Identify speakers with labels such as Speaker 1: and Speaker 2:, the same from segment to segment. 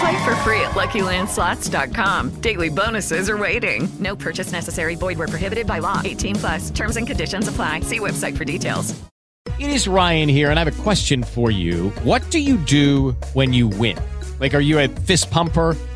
Speaker 1: Play for free at LuckyLandSlots.com. Daily bonuses are waiting. No purchase necessary. Void where prohibited by law. 18 plus terms and conditions apply. See website for details.
Speaker 2: It is Ryan here, and I have a question for you. What do you do when you win? Like, are you a fist pumper?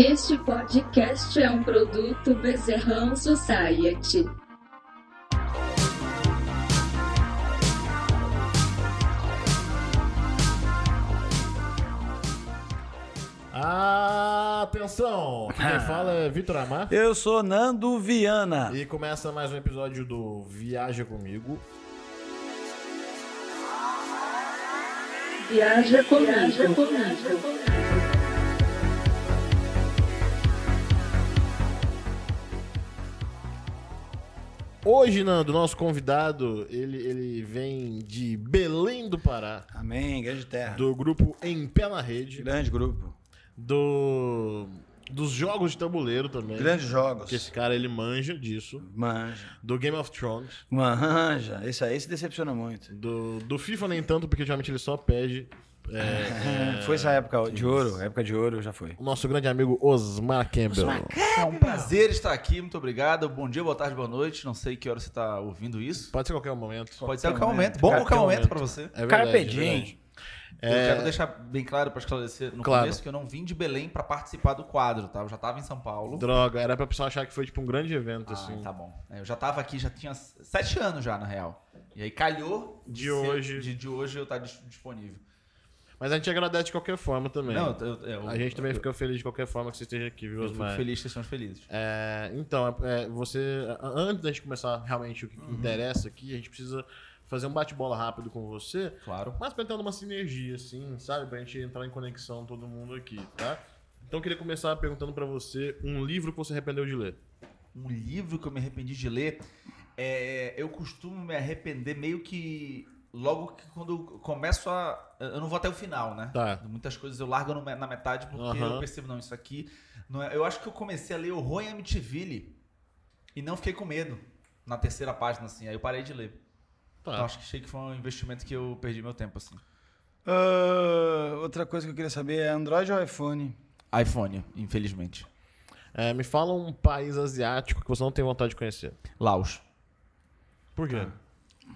Speaker 3: Este podcast é um produto Bezerrão Society.
Speaker 4: Atenção! Aqui quem fala é Vitor Amar.
Speaker 5: Eu sou Nando Viana.
Speaker 4: E começa mais um episódio do Viaja Comigo.
Speaker 3: Viaja comigo. Viaja comigo.
Speaker 4: Hoje, Nando, nosso convidado, ele, ele vem de Belém do Pará,
Speaker 5: Amém, grande terra.
Speaker 4: do grupo Em Pé na Rede,
Speaker 5: Grande grupo.
Speaker 4: do dos jogos de tabuleiro também.
Speaker 5: Grandes jogos.
Speaker 4: Que esse cara, ele manja disso.
Speaker 5: Manja.
Speaker 4: Do Game of Thrones,
Speaker 5: Manja. Esse aí se decepciona muito.
Speaker 4: do, do FIFA nem tanto, porque geralmente ele só pede. é,
Speaker 5: Foi essa época de ouro. Época de ouro já foi.
Speaker 4: o nosso grande amigo Osmar Campbell.
Speaker 6: É um prazer estar aqui, muito obrigado. Bom dia, boa tarde, boa noite. Não sei que hora você está ouvindo isso.
Speaker 4: Pode ser qualquer momento.
Speaker 6: Pode ser a qualquer momento. Bom qualquer momento para você.
Speaker 4: É
Speaker 5: Carpe
Speaker 4: verdade, é
Speaker 5: diem.
Speaker 4: verdade. É.
Speaker 6: Eu quero deixar bem claro para esclarecer no
Speaker 4: Claro.
Speaker 6: começo que eu não vim de Belém para participar do quadro, tá? Eu já estava em São Paulo.
Speaker 4: Droga, era pra pessoa achar que foi tipo um grande evento, assim.
Speaker 6: Ah, tá bom. É, Eu já estava aqui, já tinha sete anos já, na real. E aí calhou
Speaker 4: De
Speaker 6: ser-
Speaker 4: hoje.
Speaker 6: De, de hoje eu estar dis- disponível.
Speaker 4: Mas a gente agradece de qualquer forma também.
Speaker 6: Não, eu- eu- eu-
Speaker 4: a gente também
Speaker 6: eu-
Speaker 4: fica feliz de qualquer forma que você esteja aqui, viu,
Speaker 6: Eu fico
Speaker 4: Osmar?
Speaker 6: feliz, vocês são felizes.
Speaker 4: É, então, é, é, você. a- Antes da gente começar realmente o que
Speaker 6: Uhum.
Speaker 4: interessa aqui, a gente precisa fazer um bate-bola rápido com você.
Speaker 6: Claro.
Speaker 4: Mas pra entrar numa sinergia, assim, sabe? Pra gente entrar em conexão todo mundo aqui, tá? Então eu queria começar perguntando pra você um livro que você arrependeu de ler.
Speaker 6: um livro que eu me arrependi de ler. É, eu costumo me arrepender meio que logo que quando eu começo a. Eu não vou até o final, né?
Speaker 4: Tá.
Speaker 6: Muitas coisas eu largo no- na metade porque
Speaker 4: Aham.
Speaker 6: eu percebo, não, isso aqui. Não é, eu acho que eu comecei a ler o Roy Amityville e não fiquei com medo na terceira página, assim. Aí eu parei de ler.
Speaker 4: Tá.
Speaker 6: Então acho que achei que foi um investimento que eu perdi meu tempo, assim.
Speaker 5: Ah, outra coisa que eu queria saber é Android ou iPhone?
Speaker 6: iPhone, infelizmente.
Speaker 4: É, me fala um país asiático que você não tem vontade de conhecer.
Speaker 6: Laos.
Speaker 4: Por
Speaker 5: Ah.
Speaker 4: quê?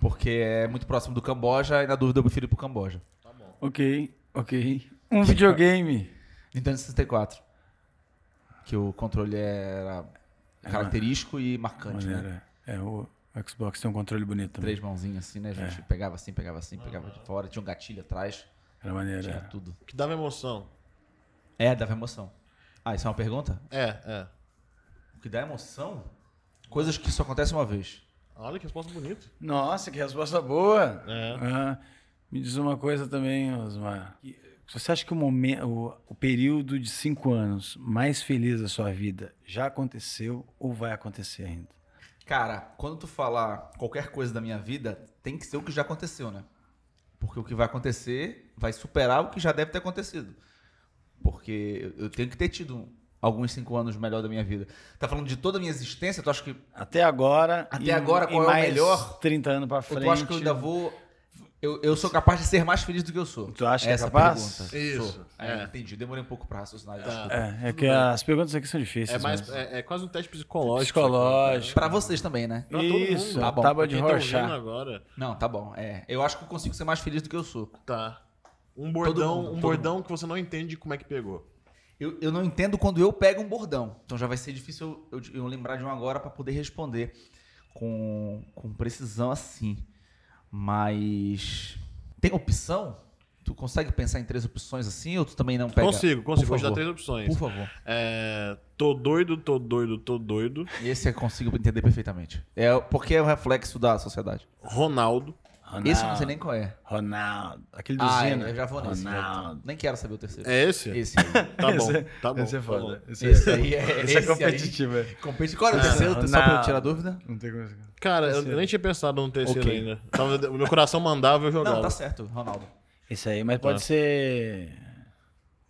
Speaker 6: Porque é muito próximo do Camboja e na dúvida eu prefiro ir pro Camboja.
Speaker 5: Ok, ok. Um videogame.
Speaker 6: Nintendo 64. Que o controle era característico e marcante, né?
Speaker 5: É, o Xbox tem um controle bonito
Speaker 6: Três mãozinhas assim, né? A
Speaker 5: É.
Speaker 6: gente pegava assim, pegava assim, pegava de fora, tinha um gatilho atrás,
Speaker 5: Era
Speaker 6: tinha
Speaker 5: maneiro. é.
Speaker 6: tudo.
Speaker 4: Que dava emoção.
Speaker 6: É, dava emoção. Ah, isso é uma pergunta?
Speaker 4: É, é.
Speaker 6: O que dá emoção? Coisas que só acontecem uma vez.
Speaker 4: Olha que resposta bonita.
Speaker 5: Nossa, que resposta boa!
Speaker 4: É.
Speaker 5: Ah, me diz uma coisa também, Osmar. Que- Você acha que o, momento, É, o, o período de cinco anos mais feliz da sua vida já aconteceu ou vai acontecer ainda?
Speaker 6: Cara, quando tu falar qualquer coisa da minha vida, tem que ser o que já aconteceu, né? Porque o que vai acontecer vai superar o que já deve ter acontecido. Porque eu eu tenho que ter tido alguns cinco anos melhor da minha vida. Tá falando de toda a minha existência, tu acha que
Speaker 5: Até agora.
Speaker 6: Até agora, qual é o
Speaker 5: mais
Speaker 6: melhor?
Speaker 5: 30 anos pra frente.
Speaker 6: Ou tu acha que eu ainda vou Eu, eu sou capaz de ser mais feliz do que eu sou.
Speaker 5: Tu acha que é
Speaker 6: Essa
Speaker 5: capaz?
Speaker 6: pergunta.
Speaker 4: Isso,
Speaker 6: Sou. É,
Speaker 4: é.
Speaker 6: Entendi. Demorei um pouco pra raciocinar.
Speaker 4: Tá.
Speaker 6: desculpa.
Speaker 5: É, é
Speaker 4: Tudo
Speaker 5: que
Speaker 4: bem.
Speaker 5: as perguntas aqui são difíceis.
Speaker 4: É, mais,
Speaker 5: mas-
Speaker 4: é, é quase um teste psicológico.
Speaker 5: Psicológico.
Speaker 6: Pra vocês também, né?
Speaker 4: Pra todo mundo.
Speaker 5: Isso,
Speaker 6: Tá
Speaker 5: a
Speaker 6: bom,
Speaker 5: tábua
Speaker 6: pra
Speaker 5: de
Speaker 4: Quem tá
Speaker 5: Rorschach.
Speaker 4: ouvindo agora,
Speaker 6: Não, tá bom. É. Eu acho que eu consigo ser mais feliz do que eu sou.
Speaker 4: tá. Um bordão,
Speaker 6: mundo,
Speaker 4: um
Speaker 6: todo
Speaker 4: bordão que você não entende como é que pegou.
Speaker 6: Eu, eu não entendo quando eu pego um bordão. Então já vai ser difícil eu, eu- eu lembrar de um agora pra poder responder com, com precisão assim. Mas. Tem opção? Tu consegue pensar em três opções assim ou tu também não pega?
Speaker 4: Consigo, consigo. Vou
Speaker 6: Por
Speaker 4: te dar três
Speaker 6: favor.
Speaker 4: opções.
Speaker 6: Por favor.
Speaker 4: É, tô doido, tô doido, tô doido.
Speaker 6: Esse eu consigo entender perfeitamente. É porque é o reflexo da sociedade.
Speaker 4: Ronaldo.
Speaker 5: Ronaldo,
Speaker 6: Esse eu não sei nem qual é.
Speaker 5: Ronaldo. Aquele do
Speaker 6: Ah, é,
Speaker 5: Zina.
Speaker 6: eu já vou nesse. já.
Speaker 5: Ronaldo.
Speaker 6: Nem quero saber o terceiro.
Speaker 4: É esse?
Speaker 6: Esse aí.
Speaker 4: Tá bom,
Speaker 5: Esse-
Speaker 4: tá bom.
Speaker 5: Esse é
Speaker 4: tá
Speaker 5: foda.
Speaker 4: bom.
Speaker 5: Esse,
Speaker 6: Esse aí é-
Speaker 5: esse é
Speaker 6: esse aí.
Speaker 5: competitivo. é.
Speaker 6: Compete. Qual era o terceiro?
Speaker 5: Ronaldo.
Speaker 6: Só pra eu tirar a dúvida?
Speaker 5: Não tem como.
Speaker 4: Cara, eu nem tinha pensado num terceiro
Speaker 6: Ok.
Speaker 4: ainda. Tava- o meu coração mandava eu jogava.
Speaker 6: Não, tá certo, Ronaldo.
Speaker 5: Isso aí, mas pode ser.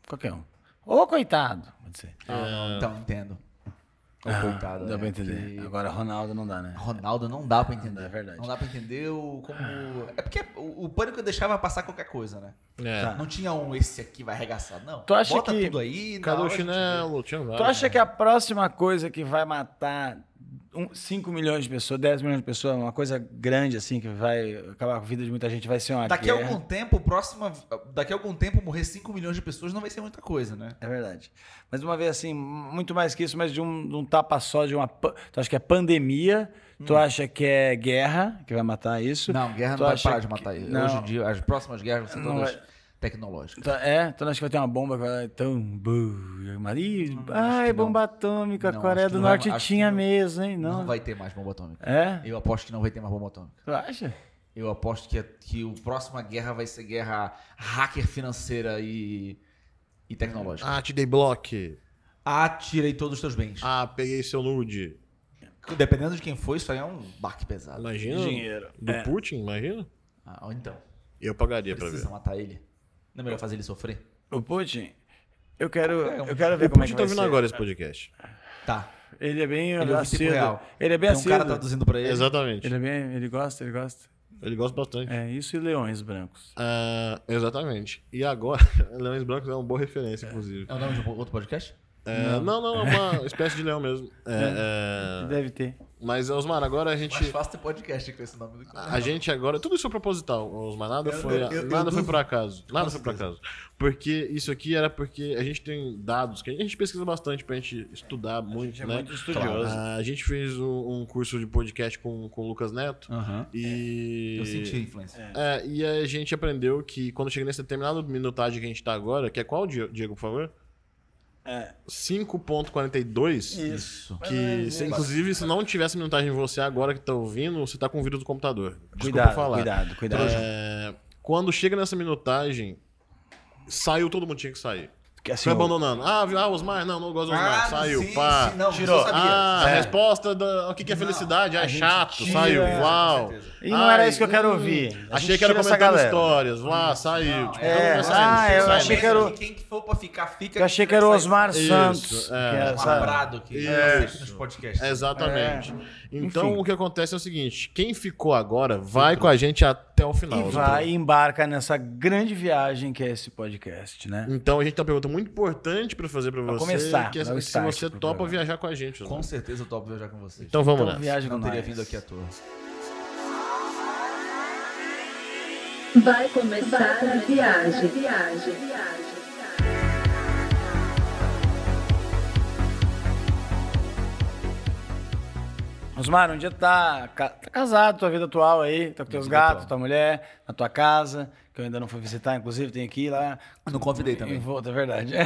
Speaker 5: Qualquer um. Ô, coitado. Pode ser.
Speaker 6: Então, entendo. Ô, coitado,
Speaker 5: dá
Speaker 6: é,
Speaker 5: Ah. pra entender.
Speaker 6: porque
Speaker 5: Agora, Ronaldo não dá, né?
Speaker 6: Ronaldo não dá pra entender.
Speaker 5: dá, é verdade. Ah.
Speaker 6: Não dá pra entender o como. É porque o, o pânico deixava passar qualquer coisa, né?
Speaker 4: É.
Speaker 6: Não tinha um esse aqui vai arregaçar, não.
Speaker 5: Tu acha
Speaker 6: Bota
Speaker 5: que-
Speaker 6: tudo aí, na
Speaker 4: Cadê
Speaker 6: hora
Speaker 4: o
Speaker 6: a gente vê.
Speaker 4: chinelo? Tinha
Speaker 5: Tu acha que a próxima coisa que vai matar um, 5 milhões de pessoas, 10 milhões de pessoas, uma coisa grande assim, que vai acabar com a vida de muita gente, vai ser uma
Speaker 6: Daqui a
Speaker 5: guerra?
Speaker 6: algum tempo, próxima. Daqui a algum tempo, morrer 5 milhões de pessoas não vai ser muita coisa, né?
Speaker 5: É verdade. Mas uma vez assim, muito mais que isso, mas de um, de um tapa só, de uma. pa- Tu acha que é pandemia? Tu acha que é guerra que vai matar isso?
Speaker 6: Hum. Não, guerra
Speaker 5: Tu
Speaker 6: não vai
Speaker 5: acha
Speaker 6: parar de
Speaker 5: que-
Speaker 6: matar isso.
Speaker 5: Não.
Speaker 6: Hoje em dia, as próximas guerras vão ser
Speaker 5: Não
Speaker 6: todas
Speaker 5: vai.
Speaker 6: tecnológicas.
Speaker 5: Tu- É, então acho que vai ter uma bomba que vai. Então, bu- Maria, ai,
Speaker 6: que não.
Speaker 5: bomba atômica, a
Speaker 6: Não, acho
Speaker 5: Coreia
Speaker 6: que
Speaker 5: do
Speaker 6: não vai-
Speaker 5: Norte
Speaker 6: acho que
Speaker 5: tinha
Speaker 6: não-
Speaker 5: mesmo, hein? Não.
Speaker 6: Não vai ter mais bomba atômica.
Speaker 5: É?
Speaker 6: Eu aposto que não vai ter mais bomba atômica.
Speaker 5: Tu acha?
Speaker 6: Eu aposto que, que o próxima guerra vai ser guerra hacker financeira e, e tecnológica.
Speaker 4: Ah, te dei block.
Speaker 6: Ah, tirei todos os teus bens.
Speaker 4: Ah, peguei seu nude.
Speaker 6: Dependendo de quem foi, isso aí é um baque pesado.
Speaker 4: Imagina.
Speaker 5: Dinheiro.
Speaker 4: Do Putin, imagina.
Speaker 6: É. Ah, ou então,
Speaker 4: Eu pagaria pra ver.
Speaker 6: precisa matar ele. Não é melhor fazer ele sofrer?
Speaker 5: O Putin, eu quero,
Speaker 6: É, um-
Speaker 5: eu quero ver
Speaker 4: O
Speaker 5: como é que
Speaker 4: Putin tá
Speaker 5: vai
Speaker 4: ouvindo
Speaker 5: ser.
Speaker 4: agora esse podcast.
Speaker 6: Tá.
Speaker 5: Ele é bem
Speaker 6: Ele é tipo
Speaker 5: assíduo.
Speaker 6: real.
Speaker 5: Ele é bem
Speaker 6: Tem um cara
Speaker 5: assíduo.
Speaker 6: traduzindo pra ele.
Speaker 4: Exatamente.
Speaker 5: Ele
Speaker 4: Ele,
Speaker 5: é bem, ele gosta, ele gosta.
Speaker 4: gosta bastante.
Speaker 5: É, isso e leões brancos.
Speaker 4: Ah, exatamente. E agora, Leões Brancos é uma boa referência, inclusive.
Speaker 6: É o nome de um outro podcast?
Speaker 4: É, não, não, é uma espécie de leão mesmo. É, é,
Speaker 5: Deve ter.
Speaker 4: mas, Osmar, agora a gente.
Speaker 6: É Mais fácil ter podcast com esse nome do cara.
Speaker 4: A gente agora. Tudo isso é proposital, Osmar. Nada foi,
Speaker 6: eu- eu
Speaker 4: nada foi
Speaker 6: duvido.
Speaker 4: por acaso. Nada foi por acaso. Porque isso aqui era porque a gente tem dados que a gente pesquisa bastante pra gente estudar muito.
Speaker 5: gente é
Speaker 4: né?
Speaker 5: muito estudioso.
Speaker 4: Ah, a gente fez um, um curso de podcast com, com o Lucas Neto.
Speaker 6: Aham.
Speaker 4: E.
Speaker 6: Eu senti a influência.
Speaker 4: É, e a gente aprendeu que quando chega nesse determinado minutagem que a gente tá agora, que é qual, Die- Diego, por favor?
Speaker 5: É.
Speaker 4: 5.42.
Speaker 6: Isso.
Speaker 4: Que, se, inclusive, se não tivesse minutagem em você agora que tá ouvindo, você tá com o vírus do computador. Desculpa
Speaker 5: Cuidado,
Speaker 4: falar.
Speaker 5: cuidado, cuidado.
Speaker 4: É, quando chega nessa minutagem, saiu todo mundo tinha que sair.
Speaker 5: Porque assim,
Speaker 4: Foi
Speaker 5: o-
Speaker 4: abandonando. Ah, viu? Ah, Osmar, não, não gosto do Osmar. saiu,
Speaker 6: sim,
Speaker 4: pá.
Speaker 6: sim, não,
Speaker 5: Tirou.
Speaker 6: Tirou.
Speaker 4: Ah,
Speaker 5: É.
Speaker 4: a resposta da. O que, que é felicidade? Ah, é chato,
Speaker 5: tira.
Speaker 4: saiu, uau. hum,
Speaker 5: E não era isso que eu quero ouvir. A
Speaker 4: Achei
Speaker 5: gente
Speaker 4: que era
Speaker 5: tira essa
Speaker 4: comentando
Speaker 5: galera.
Speaker 4: histórias. Uau, saiu. Tipo,
Speaker 5: é,
Speaker 4: todo mundo
Speaker 5: ah,
Speaker 4: saindo,
Speaker 5: eu
Speaker 4: saindo.
Speaker 5: achei que era o-
Speaker 6: Quem que for pra ficar, fica.
Speaker 5: Eu achei que era o Osmar
Speaker 4: Isso,
Speaker 5: Santos.
Speaker 4: é.
Speaker 5: que era, sabe?
Speaker 6: Labrado que
Speaker 4: Isso.
Speaker 6: é sempre nos podcasts.
Speaker 4: Exatamente. Então
Speaker 5: Enfim.
Speaker 4: o que acontece é o seguinte: quem ficou agora vai com a gente até o final.
Speaker 5: E vai e embarca nessa grande viagem que é esse podcast, né?
Speaker 4: Então a gente tem uma pergunta muito importante pra fazer pra você.
Speaker 5: começar,
Speaker 4: que é
Speaker 5: dar o
Speaker 4: se
Speaker 5: start
Speaker 4: você
Speaker 5: pro
Speaker 4: topa
Speaker 5: programa.
Speaker 4: viajar com a gente. Osmar.
Speaker 6: Com certeza eu topo viajar com vocês.
Speaker 4: Então vamos
Speaker 5: Então
Speaker 4: nessa.
Speaker 5: viaja com
Speaker 6: não teria
Speaker 5: nós.
Speaker 6: vindo aqui à toa.
Speaker 3: Vai começar a viagem. viagem.
Speaker 5: Osmar, onde tu tá, ca- tá casado, tua vida atual aí, tá com teus
Speaker 6: vida
Speaker 5: gatos,
Speaker 6: atual.
Speaker 5: tua mulher, na tua casa, que eu ainda não fui visitar, inclusive, tem aqui lá.
Speaker 6: Não convidei
Speaker 5: Em
Speaker 6: também.
Speaker 5: volta, é verdade.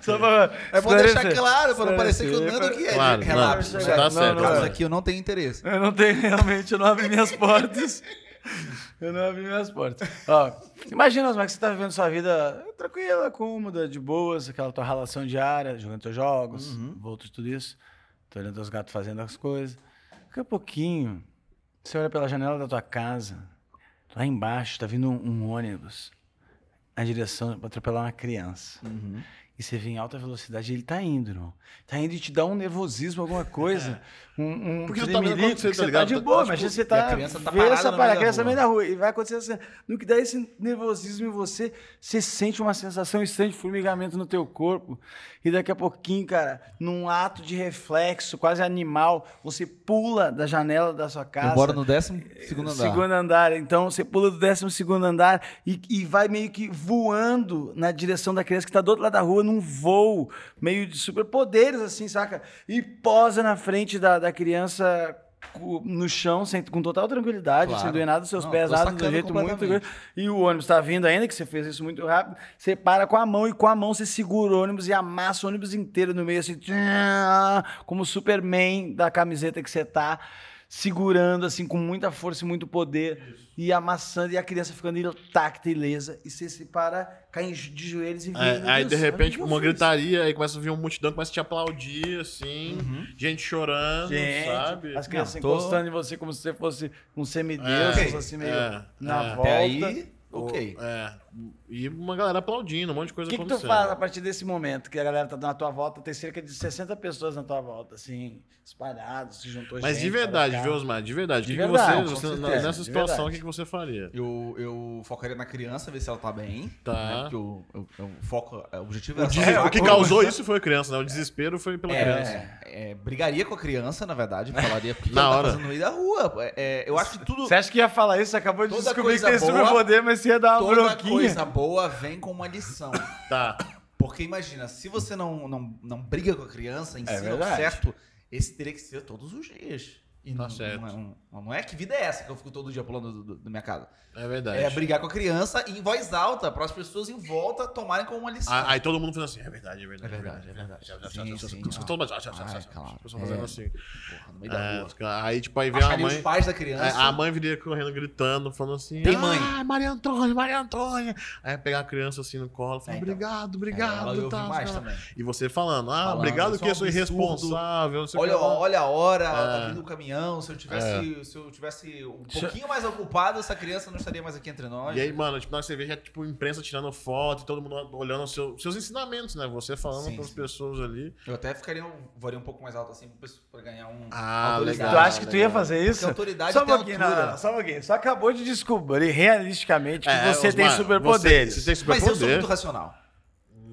Speaker 5: Só pra
Speaker 6: É bom deixar
Speaker 5: esclarecer.
Speaker 6: claro, pra não parecer que eu
Speaker 5: Esclarecer.
Speaker 6: nando que é.
Speaker 4: Claro,
Speaker 6: Relaxa.
Speaker 4: não,
Speaker 6: né?
Speaker 4: você tá
Speaker 6: No
Speaker 4: certo,
Speaker 6: caso
Speaker 4: claro.
Speaker 6: aqui eu não tenho interesse.
Speaker 5: Eu não tenho realmente, eu não abri minhas portas. Eu não abri minhas portas. Ó, imagina, Osmar, que você tá vivendo sua vida tranquila, cômoda, de boas, aquela tua relação diária, jogando teus jogos, volta de tudo isso. Tô olhando os gatos fazendo as coisas. Daqui a pouquinho, você olha pela janela da tua casa, lá embaixo tá vindo um, um ônibus na direção pra atropelar uma criança. E você vê em alta velocidade, ele tá indo, irmão. Tá indo e te dá um nervosismo, alguma coisa. Um, um
Speaker 4: Porque tu tá vendo
Speaker 5: tremelique,
Speaker 4: acontecer,
Speaker 5: que
Speaker 4: tá
Speaker 5: você tá
Speaker 4: ligado?
Speaker 5: de
Speaker 4: Tá-
Speaker 5: boa,
Speaker 4: tá,
Speaker 5: mas
Speaker 4: tipo,
Speaker 5: você
Speaker 4: e
Speaker 5: tá.
Speaker 4: a criança tá
Speaker 5: vê
Speaker 4: parada
Speaker 5: essa
Speaker 4: no meio
Speaker 5: parada,
Speaker 4: da
Speaker 5: a criança no meio
Speaker 4: rua.
Speaker 5: da rua. E vai acontecer assim. No que dá esse nervosismo em você, você sente uma sensação estranha de formigamento no teu corpo. E daqui a pouquinho, cara, num ato de reflexo, quase animal, você pula da janela da sua casa.
Speaker 6: Embora no décimo segundo andar.
Speaker 5: Segundo andar. Então você pula do 12 segundo andar e, e vai meio que voando na direção da criança que tá do outro lado da rua num voo, meio de superpoderes, assim, saca? E posa na frente da, da criança cu- no chão, sem, com total tranquilidade,
Speaker 6: Claro.
Speaker 5: sem doer nada, seus
Speaker 6: Não,
Speaker 5: pés
Speaker 6: tô
Speaker 5: dados de um
Speaker 6: sacando
Speaker 5: jeito muito
Speaker 6: completamente.
Speaker 5: grande. E o ônibus tá vindo ainda, que você fez isso muito rápido. Você para com a mão e com a mão você segura o ônibus e amassa o ônibus inteiro no meio, assim, tchã, como o Superman da camiseta que você tá segurando, assim, com muita força e muito poder, e amassando, e a criança ficando intacta, ilesa, e você se para, cai de joelhos e vê,
Speaker 4: É,
Speaker 5: "Meu
Speaker 4: aí,
Speaker 5: Deus,
Speaker 4: de
Speaker 5: olha o
Speaker 4: repente,
Speaker 5: que eu
Speaker 4: uma
Speaker 5: fiz."
Speaker 4: gritaria, aí começa a vir um multidão, começa a te aplaudir, assim, gente chorando,
Speaker 5: Uhum. Gente,
Speaker 4: sabe?
Speaker 5: As crianças
Speaker 6: Não, tô-
Speaker 5: encostando em você como se você fosse um
Speaker 4: É,
Speaker 5: semideus, assim, meio
Speaker 4: é,
Speaker 5: na
Speaker 4: é.
Speaker 5: volta.
Speaker 6: Até aí, ok.
Speaker 4: É, e uma galera aplaudindo, um monte de
Speaker 5: O
Speaker 4: coisa
Speaker 5: que, que tu
Speaker 4: acontecendo.
Speaker 5: faz a partir desse momento que a galera tá na tua volta? Tem cerca de 60 pessoas na tua volta, assim, espalhados, se juntou
Speaker 4: Mas
Speaker 5: gente,
Speaker 4: de
Speaker 5: cada
Speaker 4: verdade,
Speaker 5: carro.
Speaker 4: viu, Osmar? De verdade.
Speaker 5: De
Speaker 4: o que que
Speaker 5: verdade,
Speaker 4: você,
Speaker 5: com
Speaker 4: você-
Speaker 5: certeza,
Speaker 4: nessa
Speaker 5: de
Speaker 4: situação, o
Speaker 5: verdade.
Speaker 4: que que você faria?
Speaker 6: Eu, eu focaria na criança, ver se ela tá bem.
Speaker 4: Tá.
Speaker 6: né? Porque o, o- o foco, é, o objetivo
Speaker 4: O,
Speaker 6: era
Speaker 4: des-
Speaker 5: Ah,
Speaker 6: salvar
Speaker 4: o que
Speaker 6: a
Speaker 4: causou
Speaker 6: criança.
Speaker 4: isso foi a criança, né? O desespero foi pela criança.
Speaker 6: É, é, brigaria com a criança, na verdade, falaria porque
Speaker 4: Na
Speaker 6: ela
Speaker 4: hora.
Speaker 6: tá fazendo no meio da rua. É, é, eu acho que tudo.
Speaker 5: Você acha que ia falar isso? Você acabou de
Speaker 6: Toda
Speaker 5: descobrir que
Speaker 6: coisa
Speaker 5: tem
Speaker 6: boa,
Speaker 5: superpoder, mas você ia dar uma
Speaker 6: Toda
Speaker 5: bronquinha.
Speaker 6: coisa boa vem com uma lição.
Speaker 4: Tá.
Speaker 6: Porque imagina, se você não, não, não briga com a criança, ensina o
Speaker 5: verdade.
Speaker 6: certo, esse teria que ser todos os dias. E
Speaker 4: Tá
Speaker 6: não,
Speaker 4: certo.
Speaker 6: Não, é, um- não é que vida é essa que eu fico todo dia pulando do- do- da minha casa.
Speaker 4: É verdade.
Speaker 6: É brigar com a criança em voz alta, para as pessoas em volta tomarem como uma lição.
Speaker 4: Ah, Aí todo mundo fazendo assim, é verdade, é verdade.
Speaker 6: É verdade, é verdade. Sim, sim,
Speaker 4: Todo-
Speaker 6: ah.
Speaker 4: todo mundo-
Speaker 6: Ah, é claro.
Speaker 4: As pessoas fazendo
Speaker 6: É.
Speaker 4: assim.
Speaker 6: Porra, no meio da
Speaker 4: É,
Speaker 6: rua.
Speaker 4: Aí, tipo, aí vem a
Speaker 6: Acharia
Speaker 4: mãe.
Speaker 6: os pais da criança.
Speaker 4: A a mãe viria correndo, gritando, falando assim:
Speaker 6: Tem mãe.
Speaker 4: Ah, Maria Antônia, Maria Antônia. Aí pegar a criança assim no colo, falar:
Speaker 6: É, então.
Speaker 4: Obrigado,
Speaker 6: ela
Speaker 4: obrigado.
Speaker 6: ouve
Speaker 4: tá,
Speaker 6: mais
Speaker 4: tá.
Speaker 6: também.
Speaker 4: E você falando: Ah,
Speaker 6: Falando,
Speaker 4: obrigado
Speaker 6: isso
Speaker 4: que
Speaker 6: é um
Speaker 4: eu sou
Speaker 6: absurdo.
Speaker 4: irresponsável. Não sei o que
Speaker 6: Olha,
Speaker 4: lá.
Speaker 6: olha a hora,
Speaker 4: É.
Speaker 6: tá vindo o caminhão. Se eu tivesse, se eu tivesse um pouquinho mais ocupado, essa criança não estaria mais aqui entre nós.
Speaker 4: E aí, mano, tipo, na hora que você vê já, tipo, imprensa tirando foto e todo mundo olhando os seus, seus ensinamentos, né? Você falando
Speaker 6: Sim,
Speaker 4: para as
Speaker 6: sim.
Speaker 4: pessoas ali.
Speaker 6: Eu até ficaria um, varia um pouco mais alto assim pra- pra ganhar um.
Speaker 4: Ah,
Speaker 6: autoridade.
Speaker 4: legal.
Speaker 5: Tu acha que tu ia
Speaker 4: legal.
Speaker 5: fazer isso?
Speaker 6: Porque a autoridade
Speaker 5: só um
Speaker 6: tem
Speaker 5: pouquinho, não,
Speaker 6: altura.
Speaker 5: não, não, só um pouquinho. Só acabou de descobrir realisticamente que
Speaker 4: É,
Speaker 5: você
Speaker 4: Osmar,
Speaker 5: tem superpoderes.
Speaker 4: Você, você tem
Speaker 6: Mas eu sou
Speaker 4: superpoder.
Speaker 6: muito racional.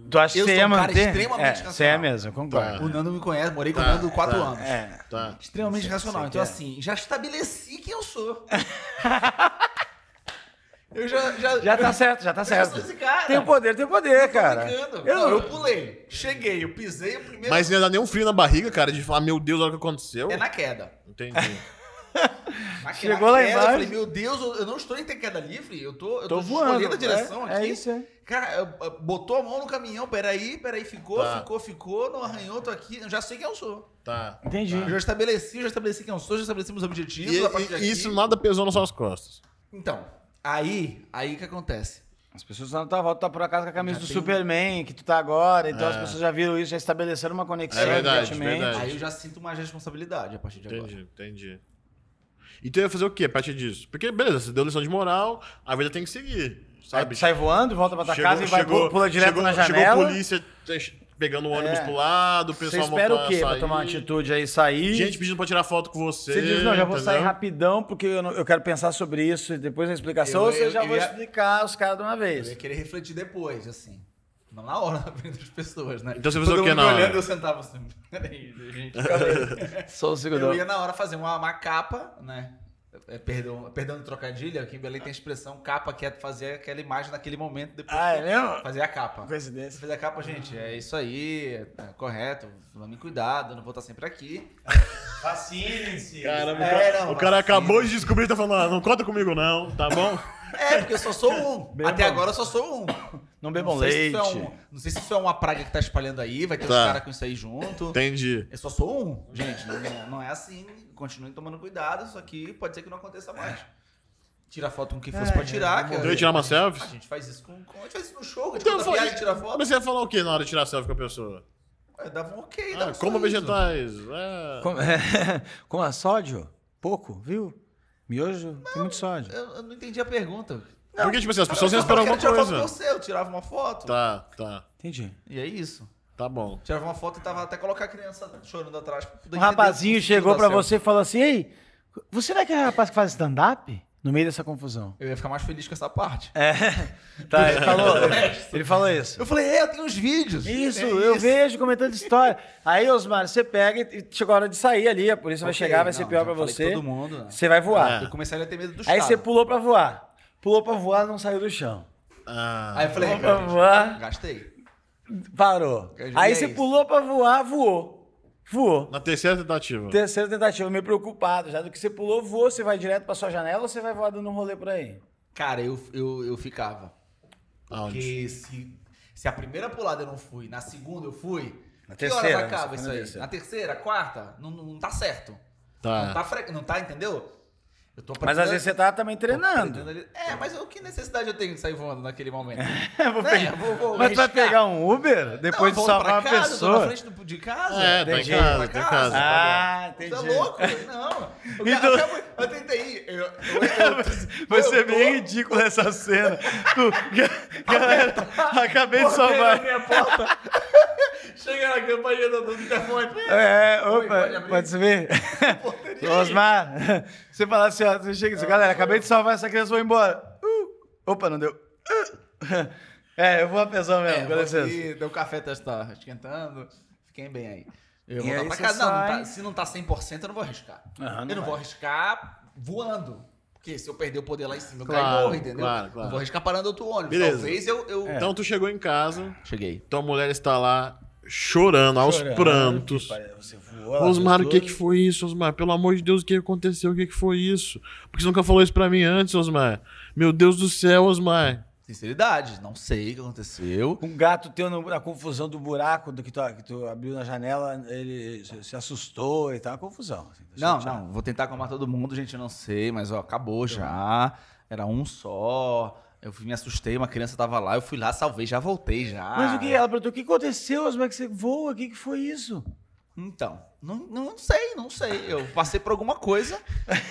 Speaker 5: Tu acha que
Speaker 6: eu
Speaker 5: você
Speaker 6: sou
Speaker 5: ia
Speaker 6: um cara
Speaker 5: manter?
Speaker 6: extremamente
Speaker 5: é, você é
Speaker 6: racional.
Speaker 5: mesmo, eu concordo.
Speaker 6: O Nando me conhece, morei com
Speaker 4: Tá,
Speaker 6: o Nando quatro
Speaker 4: tá.
Speaker 6: anos.
Speaker 5: É.
Speaker 4: Tá.
Speaker 6: Extremamente
Speaker 5: Sei-
Speaker 6: racional.
Speaker 5: sei
Speaker 6: então,
Speaker 5: que é.
Speaker 6: assim, já estabeleci quem eu sou. eu já. Já,
Speaker 5: Já tá certo, já tá
Speaker 6: eu já
Speaker 5: certo.
Speaker 6: sou esse cara.
Speaker 5: Tem o poder, tem o poder, cara.
Speaker 6: brincando.
Speaker 5: Eu-
Speaker 6: Não, eu pulei. Cheguei, eu pisei o primeiro.
Speaker 4: Mas não ia dar nenhum frio na barriga, cara, de falar: Meu Deus, olha o que aconteceu.
Speaker 6: É na queda.
Speaker 4: Entendi.
Speaker 6: Na que-
Speaker 5: Chegou
Speaker 6: na
Speaker 5: lá
Speaker 6: queda,
Speaker 5: embaixo.
Speaker 6: Eu falei, meu Deus, eu- eu não estou em queda livre, eu tô, eu
Speaker 5: Tô
Speaker 6: tô,
Speaker 5: voando,
Speaker 6: escolhendo a
Speaker 5: é-
Speaker 6: direção
Speaker 5: é
Speaker 6: aqui.
Speaker 5: isso, é.
Speaker 6: Cara, eu- eu- botou a mão no caminhão, peraí, peraí, ficou,
Speaker 4: Tá.
Speaker 6: ficou, ficou, não arranhou, tô aqui, eu já sei quem eu sou.
Speaker 4: Tá.
Speaker 5: Entendi.
Speaker 6: Eu já estabeleci, eu já estabeleci quem eu sou, já estabeleci meus
Speaker 4: E,
Speaker 6: objetivos. a partir
Speaker 4: e-
Speaker 6: daqui-
Speaker 4: e isso nada pesou nas suas costas.
Speaker 6: Então, aí, aí o que acontece?
Speaker 5: As pessoas estão na tua volta, tá por acaso com a camisa
Speaker 6: Já
Speaker 5: do
Speaker 6: tem-
Speaker 5: Superman, que tu tá agora, então as pessoas já viram isso, já estabeleceram uma conexão,
Speaker 4: É verdade,
Speaker 5: evidentemente.
Speaker 4: verdade.
Speaker 6: Aí eu já sinto mais responsabilidade a partir de agora.
Speaker 4: Entendi, entendi. E tu ia fazer o quê a partir disso? Porque, beleza, você deu lição de moral, a vida tem que seguir,
Speaker 5: Aí
Speaker 4: sabe?
Speaker 5: tu sai voando, volta pra tua
Speaker 4: Chegou-
Speaker 5: casa e vai
Speaker 4: chegou-
Speaker 5: pula direto
Speaker 4: chegou-
Speaker 5: na
Speaker 4: Chegou
Speaker 5: janela.
Speaker 4: a polícia te- pegando o ônibus
Speaker 5: É.
Speaker 4: pro lado, o
Speaker 5: Você
Speaker 4: pessoal
Speaker 5: espera
Speaker 4: voltando
Speaker 5: o quê?
Speaker 4: a
Speaker 5: Pra
Speaker 4: sair.
Speaker 5: tomar uma atitude aí, sair.
Speaker 4: Gente pedindo pra tirar foto com você.
Speaker 5: você diz, não, já vou sair
Speaker 4: entendeu?
Speaker 5: rapidão, porque eu, não- eu quero pensar sobre isso e depois a explicação.
Speaker 6: Eu-
Speaker 5: ou você
Speaker 6: eu-
Speaker 5: já
Speaker 6: eu
Speaker 5: vou
Speaker 6: ia-
Speaker 5: explicar os caras de uma
Speaker 6: Eu ia
Speaker 5: vez.
Speaker 6: querer refletir depois, assim. Não na hora, na frente das pessoas, né?
Speaker 4: Então você fez o
Speaker 6: Todo
Speaker 4: quê
Speaker 6: mundo
Speaker 4: na
Speaker 6: me
Speaker 4: hora?
Speaker 6: olhando, eu sentava assim. Peraí, gente, calma aí.
Speaker 5: Só um o
Speaker 6: Eu ia na hora fazer uma, uma capa, né? É, perdão, perdão do trocadilho, aqui em Belém tem a expressão capa, que é fazer aquela imagem naquele momento, depois
Speaker 5: Ah, é mesmo?
Speaker 6: fazer a capa. Você
Speaker 5: Coincidência.
Speaker 6: fez a capa, gente, é isso aí, é correto, tomem cuidado, eu não vou estar sempre aqui.
Speaker 5: Vacinem-se.
Speaker 4: Caramba,
Speaker 6: É,
Speaker 4: o cara,
Speaker 6: não,
Speaker 4: o
Speaker 6: vacina.
Speaker 4: cara acabou de descobrir e tá falando, ah, não conta comigo não, tá bom?
Speaker 6: É, porque eu só sou um.
Speaker 5: Bebam.
Speaker 6: Até agora eu só sou um.
Speaker 5: Não bebam
Speaker 6: sei se
Speaker 5: leite.
Speaker 6: isso é um- não sei se isso é uma praga que tá espalhando aí, vai ter
Speaker 4: Tá.
Speaker 6: uns caras com isso aí junto.
Speaker 4: Entendi.
Speaker 6: Eu só sou um, gente. Não é, não é assim. Continuem tomando cuidado, isso aqui pode ser que não
Speaker 5: É.
Speaker 6: aconteça mais. Tira foto com quem
Speaker 4: É,
Speaker 6: fosse pra tirar. que
Speaker 4: Tu ia tirar uma selfie?
Speaker 6: A gente faz isso com. com- A gente faz isso no show, a gente
Speaker 4: Então, eu
Speaker 6: então,
Speaker 4: falei-
Speaker 6: viagem, tira foto.
Speaker 4: Mas você ia falar o quê na hora de tirar selfie com a pessoa?
Speaker 6: É, dava um ok, dava
Speaker 4: Ah,
Speaker 6: um
Speaker 4: como
Speaker 6: sorriso.
Speaker 4: vegetais. É...
Speaker 5: Com, com a sódio? Pouco, viu? Miojo tem muito sódio.
Speaker 6: Eu, eu não entendi a pergunta.
Speaker 4: Porque, tipo assim, as pessoas
Speaker 6: Eu
Speaker 4: iam esperar
Speaker 6: só
Speaker 4: alguma
Speaker 6: queria tirar
Speaker 4: coisa.
Speaker 6: Foto com você, eu tirava uma foto.
Speaker 4: Tá, tá.
Speaker 5: Entendi.
Speaker 6: E é isso.
Speaker 4: Tá bom.
Speaker 6: Tirava uma foto e tava até colocar a criança chorando atrás. pra poder
Speaker 5: Um
Speaker 6: entender
Speaker 5: rapazinho
Speaker 6: o que
Speaker 5: chegou
Speaker 6: dá
Speaker 5: pra
Speaker 6: certo.
Speaker 5: você e falou assim: Ei, você não é aquele rapaz que faz stand-up? No meio dessa confusão.
Speaker 6: Eu ia ficar mais feliz com essa parte.
Speaker 5: É. Tá, ele falou, ele falou isso.
Speaker 6: Eu falei, é, eu tenho os vídeos.
Speaker 5: Isso,
Speaker 6: É
Speaker 5: eu vejo comentando história. Aí, Osmar, você pega e chegou a hora de sair ali, a polícia vai
Speaker 6: Ok,
Speaker 5: chegar, vai ser
Speaker 6: não,
Speaker 5: pior
Speaker 6: já
Speaker 5: pra
Speaker 6: falei
Speaker 5: você.
Speaker 6: com todo mundo, né?
Speaker 5: Você vai voar.
Speaker 6: Eu comecei a ter medo do
Speaker 5: Aí
Speaker 6: chave.
Speaker 5: você pulou pra voar. Pulou pra voar, não saiu do chão.
Speaker 4: Ah,
Speaker 6: Aí eu falei,
Speaker 5: Pulou pra
Speaker 6: "Cara,
Speaker 5: voar,
Speaker 6: gastei.
Speaker 5: parou.
Speaker 6: Quer dizer,
Speaker 5: Aí
Speaker 6: é
Speaker 5: você
Speaker 6: isso.
Speaker 5: pulou pra voar, voou. Voou.
Speaker 4: Na terceira tentativa.
Speaker 5: Terceira tentativa, meio preocupado já. Do que você pulou, voou, você vai direto pra sua janela ou você vai voar dando um rolê por aí?
Speaker 6: Cara, eu, eu, eu ficava.
Speaker 4: Aonde?
Speaker 6: Porque se, se a primeira pulada eu não fui, na segunda eu fui,
Speaker 5: Na
Speaker 6: que
Speaker 5: terceira,
Speaker 6: horas acaba
Speaker 5: na
Speaker 6: isso
Speaker 5: segunda,
Speaker 6: aí?
Speaker 5: terceira.
Speaker 6: Na terceira, quarta, não, não tá certo. Não,
Speaker 4: Tá.
Speaker 6: tá fre... não tá, entendeu? Eu tô
Speaker 5: Mas às vezes você tá também
Speaker 6: tô aprendendo
Speaker 5: treinando.
Speaker 6: ali- É, mas eu, que necessidade eu tenho de sair voando naquele momento?
Speaker 5: Eu vou
Speaker 6: É,
Speaker 5: pegar-
Speaker 6: vou- vou
Speaker 5: Mas tu vai
Speaker 6: arriscar.
Speaker 5: pegar um Uber depois
Speaker 6: Não, eu volto
Speaker 5: de salvar uma
Speaker 6: pra casa, eu tô na
Speaker 5: pessoa?
Speaker 6: frente do- de casa?
Speaker 4: É, tá em
Speaker 6: Entendi.
Speaker 4: casa,
Speaker 6: Pra
Speaker 4: tá em casa.
Speaker 5: Ah,
Speaker 6: Você
Speaker 5: entendi.
Speaker 6: é louco? Não. Eu,
Speaker 5: Então-
Speaker 6: eu, acabo- eu tentei ir. Eu, eu, eu,
Speaker 5: Vai
Speaker 6: eu
Speaker 5: ser
Speaker 6: tô-
Speaker 5: bem ridícula essa cena. Tu, galera, acabei de
Speaker 6: Porteiro na
Speaker 5: salvar.
Speaker 6: minha porta. Chega na campainha do do telefone.
Speaker 5: É,
Speaker 6: Oi, pode
Speaker 5: opa,
Speaker 6: abrir?
Speaker 5: pode subir? Ô, Osmar, você fala assim, ó, você chega e
Speaker 6: É,
Speaker 5: diz, galera, acabei de salvar essa criança, vou embora. Uh, opa, não deu. Uh. É, eu vou a pessoa
Speaker 6: É,
Speaker 5: mesmo,
Speaker 6: eu
Speaker 5: com
Speaker 6: vou
Speaker 5: licença.
Speaker 6: aqui, deu café tá, tá esquentando. Fiquem bem aí. Eu
Speaker 5: E
Speaker 6: vou
Speaker 5: aí
Speaker 6: voltar pra
Speaker 5: você
Speaker 6: casa. Não, não tá-
Speaker 5: sai.
Speaker 6: se não tá 100%, eu não vou arriscar.
Speaker 5: Aham, não
Speaker 6: eu não
Speaker 5: vai.
Speaker 6: vou arriscar voando. Porque se eu perder o poder lá em cima, eu caio
Speaker 4: Claro,
Speaker 6: e morro, entendeu?
Speaker 4: claro, claro.
Speaker 6: Não vou arriscar parando outro ônibus.
Speaker 4: Beleza.
Speaker 6: Talvez eu... eu-
Speaker 5: É.
Speaker 4: Então tu chegou em casa,
Speaker 6: Cheguei.
Speaker 4: tua Então mulher está lá chorando, aos prantos.
Speaker 5: Você voou, ela
Speaker 4: Osmar, o
Speaker 5: voltou.
Speaker 4: que, que foi isso, Osmar? Pelo amor de Deus, o que aconteceu? O que, que foi isso? Por que você nunca falou isso pra mim antes, Osmar? Meu Deus do céu, Osmar.
Speaker 6: Sinceridade, não sei o que aconteceu.
Speaker 5: Um gato teu no- na confusão do buraco do que tu, que tu abriu na janela, ele se, se assustou e tal, uma confusão. assim, tá
Speaker 6: Não,
Speaker 5: chateado.
Speaker 6: não, vou tentar acalmar todo mundo, gente, eu não sei, mas ó, acabou
Speaker 5: Então.
Speaker 6: já. Era um só. Eu fui- me assustei, uma criança tava lá, eu fui lá, salvei, já voltei já.
Speaker 5: Mas o que? Ela perguntou, o que aconteceu, Osmar, que você voa, o que, que foi isso?
Speaker 6: Então, não, não sei, não sei. Eu passei por alguma coisa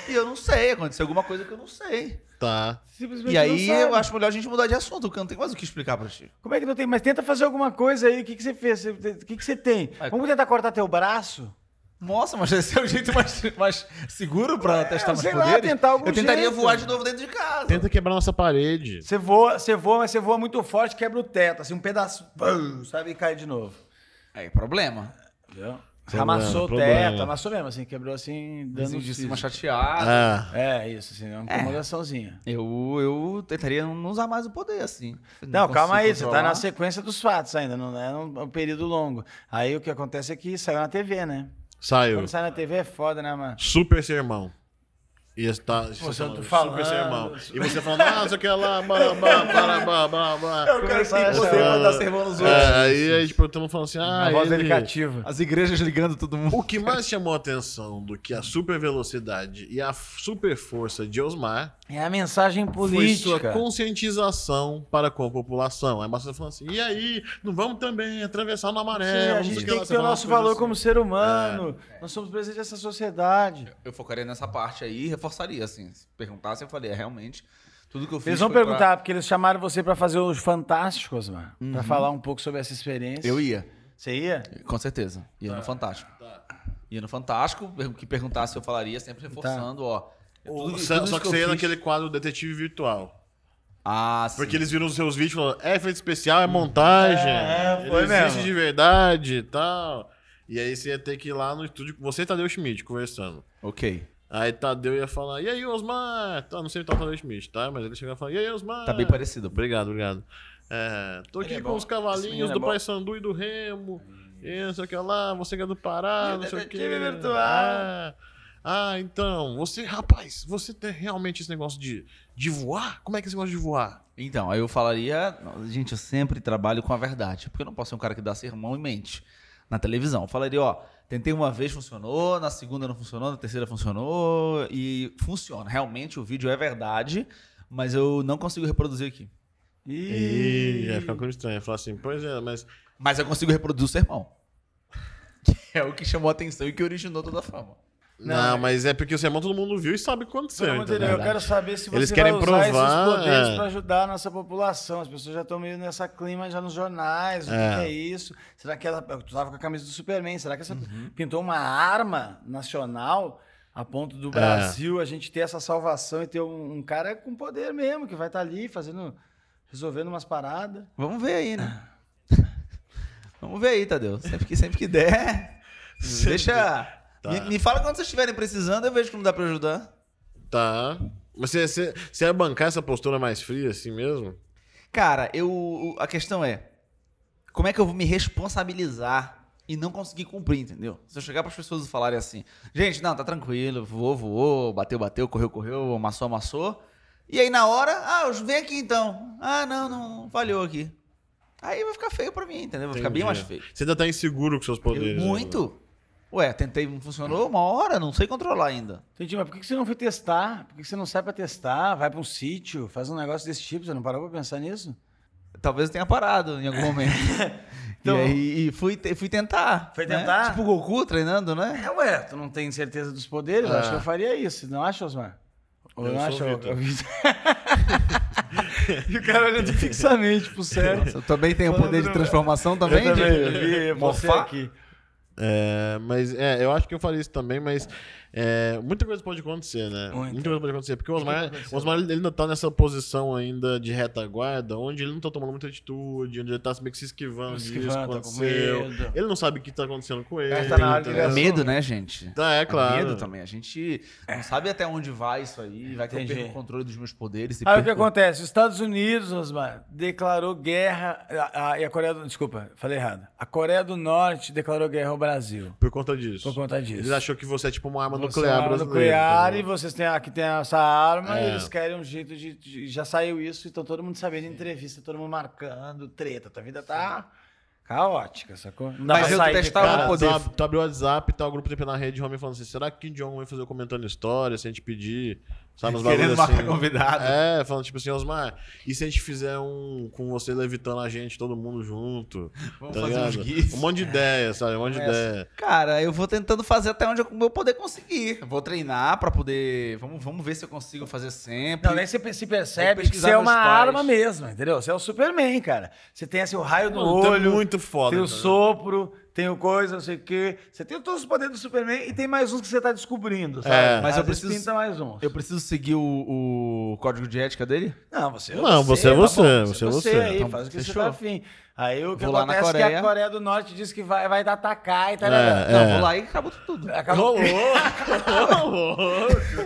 Speaker 6: e eu não sei, aconteceu alguma coisa que eu não sei.
Speaker 4: Tá.
Speaker 5: Simplesmente
Speaker 6: E
Speaker 5: não
Speaker 6: aí
Speaker 5: sabe.
Speaker 6: eu acho melhor a gente mudar de assunto, porque eu não tenho mais o que explicar pra ti.
Speaker 5: Como é que não tem? Mas tenta fazer alguma coisa aí. O que, que você fez? Você- O que, que você tem?
Speaker 6: Ah,
Speaker 5: Vamos tentar cortar teu braço?
Speaker 6: Nossa, mas esse é o jeito mais, mais seguro pra testar meus
Speaker 5: É, sei lá,
Speaker 6: poderes.
Speaker 5: tentar algum
Speaker 6: eu tentaria
Speaker 5: jeito.
Speaker 6: voar de novo dentro de casa.
Speaker 4: Tenta quebrar nossa parede.
Speaker 5: Você voa, você voa, mas você voa muito forte, quebra o teto, assim, um pedaço, bum, sabe, e cai de novo.
Speaker 6: É problema.
Speaker 5: Entendeu?
Speaker 4: Problema,
Speaker 5: amassou o
Speaker 4: problema.
Speaker 5: teto, amassou mesmo, assim, quebrou assim, dando
Speaker 6: Vizinho
Speaker 5: um
Speaker 6: de cima
Speaker 5: cisco.
Speaker 6: chateado.
Speaker 4: Ah,
Speaker 5: É, isso, assim, é uma incomodaçãozinha.
Speaker 6: Eu, eu tentaria não usar mais o poder, assim.
Speaker 5: Não, calma aí, você tá
Speaker 6: controlar.
Speaker 5: na sequência dos fatos ainda, não é um, um período longo. Aí o que acontece é que saiu na TV, né?
Speaker 4: saiu.
Speaker 5: Quando sai na TV é foda, né, mano?
Speaker 4: Super sermão. E está, está
Speaker 5: você não tá
Speaker 4: super
Speaker 5: falando.
Speaker 4: sermão. E você falando, ah, não sei o que lá, blá, blá, blá, blá, blá, blá.
Speaker 6: Eu quero É que
Speaker 5: Começar a
Speaker 6: você
Speaker 5: chorar.
Speaker 6: mandar sermão nos outros.
Speaker 4: É, aí, aí, tipo, estamos falando assim, ah,
Speaker 5: a voz
Speaker 4: ele...
Speaker 5: dele cativa.
Speaker 6: As igrejas ligando todo mundo.
Speaker 4: O que mais chamou a atenção do que a super velocidade e a super força de Osmar
Speaker 5: É a mensagem
Speaker 4: foi sua
Speaker 5: política.
Speaker 4: conscientização para com a população. Aí a Marcela falando assim, e aí, não vamos também atravessar na maré.
Speaker 5: Sim, a
Speaker 4: vamos
Speaker 5: gente
Speaker 4: aqui
Speaker 5: tem
Speaker 4: lá",
Speaker 5: que
Speaker 4: você
Speaker 5: ter o
Speaker 4: fala umas
Speaker 5: nosso
Speaker 4: coisas
Speaker 5: valor
Speaker 4: assim.
Speaker 5: como ser humano.
Speaker 6: É.
Speaker 5: Nós somos presentes dessa sociedade.
Speaker 6: Eu focaria nessa parte aí e reforçaria, assim. Se perguntassem, eu falei, é, realmente, tudo que eu fiz
Speaker 5: Eles vão
Speaker 6: foi pra-
Speaker 5: perguntar, porque eles chamaram você pra fazer os Fantásticos, mano. Pra falar um pouco sobre essa experiência.
Speaker 6: Uhum. Eu ia,
Speaker 5: Você ia?
Speaker 6: com certeza. Ia
Speaker 5: Tá.
Speaker 6: no Fantástico. Ia no Fantástico, per- o que perguntasse, eu falaria,
Speaker 5: Tá.
Speaker 6: sempre reforçando, ó. é tudo-
Speaker 4: Só-
Speaker 6: tudo
Speaker 4: Só
Speaker 6: isso
Speaker 4: que você ia
Speaker 6: eu fiz-
Speaker 4: naquele quadro Detetive Virtual.
Speaker 6: Ah, sim.
Speaker 4: Porque eles viram os seus vídeos e falaram, é efeito especial, é montagem,
Speaker 5: É, foi
Speaker 4: ele existe
Speaker 5: mesmo.
Speaker 4: de verdade e tal. E aí você ia ter que ir lá no estúdio, você e Tadeu Schmidt conversando.
Speaker 6: Ok.
Speaker 4: Aí Tadeu ia falar, e aí, Osmar? Tá, não sei se tá o Tadeu Schmidt, tá? Mas ele chegava e falava, e aí, Osmar?
Speaker 6: Tá bem parecido.
Speaker 4: Obrigado, obrigado. É, tô aqui
Speaker 5: é
Speaker 4: com
Speaker 5: bom.
Speaker 4: os
Speaker 5: Esse
Speaker 4: cavalinhos
Speaker 5: menino é
Speaker 4: do
Speaker 5: bom.
Speaker 4: Pai Sandu e do Remo. E não sei o que lá, você que é do Pará,
Speaker 5: E o
Speaker 4: não sei o que.
Speaker 5: detetive virtual.
Speaker 4: Ah, ah, então, você, rapaz, você tem realmente esse negócio de, de voar? Como é que é esse negócio de voar?
Speaker 6: Então, aí eu falaria, gente, eu sempre trabalho com a verdade, porque eu não posso ser um cara que dá sermão e mente na televisão. Eu falaria, ó, tentei uma vez, funcionou, na segunda não funcionou, na terceira funcionou, e funciona. Realmente o vídeo é verdade, mas eu não consigo reproduzir aqui. É,
Speaker 4: Ih, ia ficar com estranho. Ia falar assim, pois é, mas.
Speaker 6: Mas eu consigo reproduzir o sermão. Que é o que chamou a atenção e que originou toda a fama.
Speaker 4: Não, mas é porque o sermão todo mundo viu e sabe o que aconteceu.
Speaker 5: Não, mas
Speaker 4: entendeu?
Speaker 5: ele- eu quero saber se você
Speaker 4: Eles querem
Speaker 5: vai usar
Speaker 4: provar,
Speaker 5: esses poderes
Speaker 4: é.
Speaker 5: para ajudar a nossa população. As pessoas já estão meio nessa clima já nos jornais. O que
Speaker 4: É.
Speaker 5: que é isso? Será que ela. Tu tava com a camisa do Superman. Será que essa pintou uma arma nacional a
Speaker 4: é,
Speaker 5: ponto do Brasil a gente ter essa salvação e ter um, um cara com poder mesmo, que vai estar ali fazendo. resolvendo umas paradas.
Speaker 6: Vamos ver aí, né? Vamos ver aí, Tadeu. Sempre que, sempre que der, deixa... Me, me fala quando vocês estiverem precisando, eu vejo como dá pra ajudar.
Speaker 4: Tá. Mas você, você, você ia bancar essa postura mais fria assim mesmo?
Speaker 6: Cara, eu. o- A questão é: como é que eu vou me responsabilizar e não conseguir cumprir, entendeu? Se eu chegar para as pessoas e falarem assim: gente, não, tá tranquilo, voou, voou, bateu, bateu, correu, correu, amassou, amassou. E aí na hora, ah, eu- vem aqui então. Ah, não, não, falhou aqui. Aí vai ficar feio pra mim, entendeu? Vai ficar bem mais
Speaker 4: Entendi.
Speaker 6: feio.
Speaker 4: Você ainda tá inseguro com seus poderes. né?
Speaker 6: Muito? Ué, tentei, não funcionou uma hora, não sei controlar ainda.
Speaker 5: Entendi, mas por que que você não foi testar? Por que que você não sai para testar? Vai para um sítio, faz um negócio desse tipo? Você não parou pra pensar nisso?
Speaker 6: Talvez eu tenha parado em algum momento.
Speaker 5: Então-
Speaker 6: e aí e fui, te- fui tentar.
Speaker 5: Foi
Speaker 6: né?
Speaker 5: tentar?
Speaker 6: Tipo o Goku treinando, né? Ah.
Speaker 5: É, ué, tu não tem certeza dos poderes? Eu acho que eu faria isso, não acha, Osmar? Ou
Speaker 4: Eu
Speaker 5: não
Speaker 4: sou
Speaker 5: acha,
Speaker 4: o
Speaker 5: ô-
Speaker 4: Vitor.
Speaker 5: ô, Vitor? e o cara olhando fixamente pro céu.
Speaker 6: Eu também tenho o poder de transformação também?
Speaker 5: Eu também,
Speaker 6: de-
Speaker 5: eu vi você
Speaker 6: Mofar?
Speaker 5: aqui.
Speaker 4: É, mas é, eu acho que eu faria isso também, mas é, muita coisa pode acontecer, né?
Speaker 5: Muita.
Speaker 4: Muita coisa pode acontecer. Porque o Osmar, o Osmar ele ainda tá nessa posição ainda de retaguarda, onde ele não tá tomando muita atitude, onde ele tá meio que se esquivando
Speaker 5: Se
Speaker 4: disso
Speaker 5: esquivando, tá
Speaker 4: que
Speaker 5: com
Speaker 4: aconteceu.
Speaker 5: medo.
Speaker 4: Ele não sabe o que tá acontecendo com ele.
Speaker 5: tá na hora de
Speaker 4: entendeu?
Speaker 5: ligação.
Speaker 6: Medo, né, gente?
Speaker 4: Tá, é claro.
Speaker 6: medo também. A gente não sabe até onde vai isso aí. Vai que eu
Speaker 5: Entendi.
Speaker 6: perco o controle dos meus poderes. se
Speaker 5: Aí o que
Speaker 6: perco-
Speaker 5: acontece? Os Estados Unidos, Osmar, declarou guerra. a- a- e a Coreia do. Desculpa, falei errado. A Coreia do Norte declarou guerra ao Brasil.
Speaker 4: Por conta disso.
Speaker 5: Por conta disso.
Speaker 4: Eles achou que você é tipo uma arma
Speaker 5: Você é
Speaker 4: nuclear
Speaker 5: uma arma
Speaker 4: brasileira.
Speaker 5: nuclear
Speaker 4: entendeu?
Speaker 5: e vocês têm aqui tem essa arma
Speaker 4: É.
Speaker 5: e eles querem um jeito de, de- já saiu isso então todo mundo sabendo em entrevista todo mundo marcando treta tua vida tá caótica sacou não
Speaker 6: Mas eu testava
Speaker 5: de
Speaker 4: Cara,
Speaker 5: casa.
Speaker 6: poder.
Speaker 4: Tu, ab- tu abriu o WhatsApp, tá o grupo TP na rede, o homem falando assim, será que Kim Jong vai fazer o comentando história, se a gente pedir, sabe, uns
Speaker 6: Querendo
Speaker 4: bagulhos
Speaker 6: marcar
Speaker 4: assim.
Speaker 6: convidado.
Speaker 4: É, falando tipo assim, Osmar, e se a gente fizer um com você levitando a gente, todo mundo junto?
Speaker 6: Vamos
Speaker 4: Tá
Speaker 6: fazer
Speaker 4: ligado?
Speaker 6: uns GIFs.
Speaker 4: Um monte de ideia, sabe, um monte de
Speaker 5: Começa.
Speaker 4: ideia.
Speaker 6: Cara, eu vou tentando fazer até onde eu eu poder conseguir. Eu Vou treinar pra poder. Vamos, vamos ver se eu consigo fazer sempre.
Speaker 5: não nem você
Speaker 6: Tem que
Speaker 5: se percebe que você é
Speaker 6: pesquisar
Speaker 5: uma
Speaker 6: meus pais.
Speaker 5: arma mesmo entendeu você é o Superman cara você tem assim o raio
Speaker 6: um
Speaker 5: no
Speaker 4: Mano, tu é
Speaker 5: olho
Speaker 4: muito foda,
Speaker 5: tem um o
Speaker 4: cara.
Speaker 5: sopro tem o coisa não sei o quê. você tem todos os poderes do Superman e tem mais uns que você tá descobrindo sabe?
Speaker 4: É.
Speaker 6: Mas
Speaker 5: Às
Speaker 6: eu
Speaker 5: vezes
Speaker 6: preciso-
Speaker 5: pinta mais uns
Speaker 6: Eu preciso seguir o, o código de ética dele?
Speaker 5: Não, você é
Speaker 4: Não, você é
Speaker 5: tá
Speaker 4: você,
Speaker 5: bom,
Speaker 4: você é
Speaker 5: você.
Speaker 4: você.
Speaker 5: aí,
Speaker 6: Então,
Speaker 5: faz o que
Speaker 6: fechou.
Speaker 5: você tá afim. Aí o que
Speaker 6: Vou lá na
Speaker 5: acontece é que
Speaker 6: Coreia.
Speaker 5: a Coreia do Norte diz que vai, vai atacar e tal.
Speaker 4: É,
Speaker 6: Não,
Speaker 4: é.
Speaker 6: vou lá e acabou tudo.
Speaker 5: Acabou.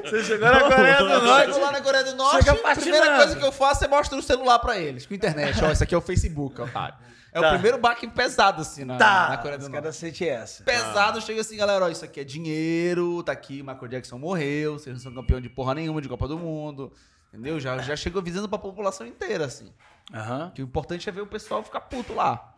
Speaker 5: Você chegou na
Speaker 4: Não,
Speaker 5: Coreia do
Speaker 4: não.
Speaker 5: Norte.
Speaker 6: Chego lá na Coreia do Norte,
Speaker 5: Chega
Speaker 6: a primeira
Speaker 5: patinando.
Speaker 6: coisa que eu faço é mostrar o celular pra eles, com internet. Ó, esse aqui é o Facebook, otário. É o
Speaker 5: Tá.
Speaker 6: primeiro baque pesado, assim, na,
Speaker 5: Tá.
Speaker 6: na Coreia do
Speaker 5: Os
Speaker 6: Norte.
Speaker 5: caras sentem essa.
Speaker 6: Pesado, chega assim, galera, ó, isso aqui é dinheiro, tá aqui, Michael Jackson morreu, vocês não são campeão de porra nenhuma de Copa do Mundo, entendeu? Já, já chegou visando pra população inteira, assim.
Speaker 5: Aham.
Speaker 6: Que o importante é ver o pessoal ficar puto lá.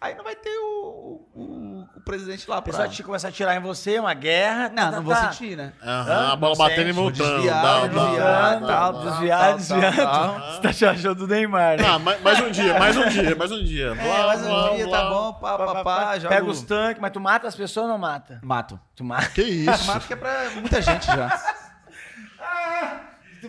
Speaker 6: Aí não vai ter o, o, o presidente lá pra...
Speaker 5: Pessoal te começa a tirar em você, uma guerra. tá,
Speaker 6: Não, não
Speaker 5: tá,
Speaker 6: vou
Speaker 5: tá.
Speaker 6: sentir, né?
Speaker 4: Aham, a
Speaker 5: Não
Speaker 4: bola batendo e
Speaker 5: sente,
Speaker 6: Vou
Speaker 4: voltando.
Speaker 6: desviar,
Speaker 4: dá, dá,
Speaker 6: desviar, tá,
Speaker 4: dá,
Speaker 6: tal,
Speaker 4: dá.
Speaker 5: Desviar,
Speaker 6: tal,
Speaker 5: desviar.
Speaker 6: tal, tal.
Speaker 5: Você tá te achando o Neymar, né?
Speaker 4: Ah, ma- mais, um dia, mais um dia, mais um dia.
Speaker 6: É,
Speaker 4: Blá,
Speaker 6: mais um
Speaker 4: blá,
Speaker 6: dia,
Speaker 4: blá.
Speaker 6: tá bom, pá, pá, pá, joga um.
Speaker 5: Pega
Speaker 6: o-
Speaker 5: os tanques, mas tu mata as pessoas ou não mata?
Speaker 6: Mato.
Speaker 5: Tu mata.
Speaker 4: Que isso?
Speaker 5: tá
Speaker 6: Mato que é pra muita gente já.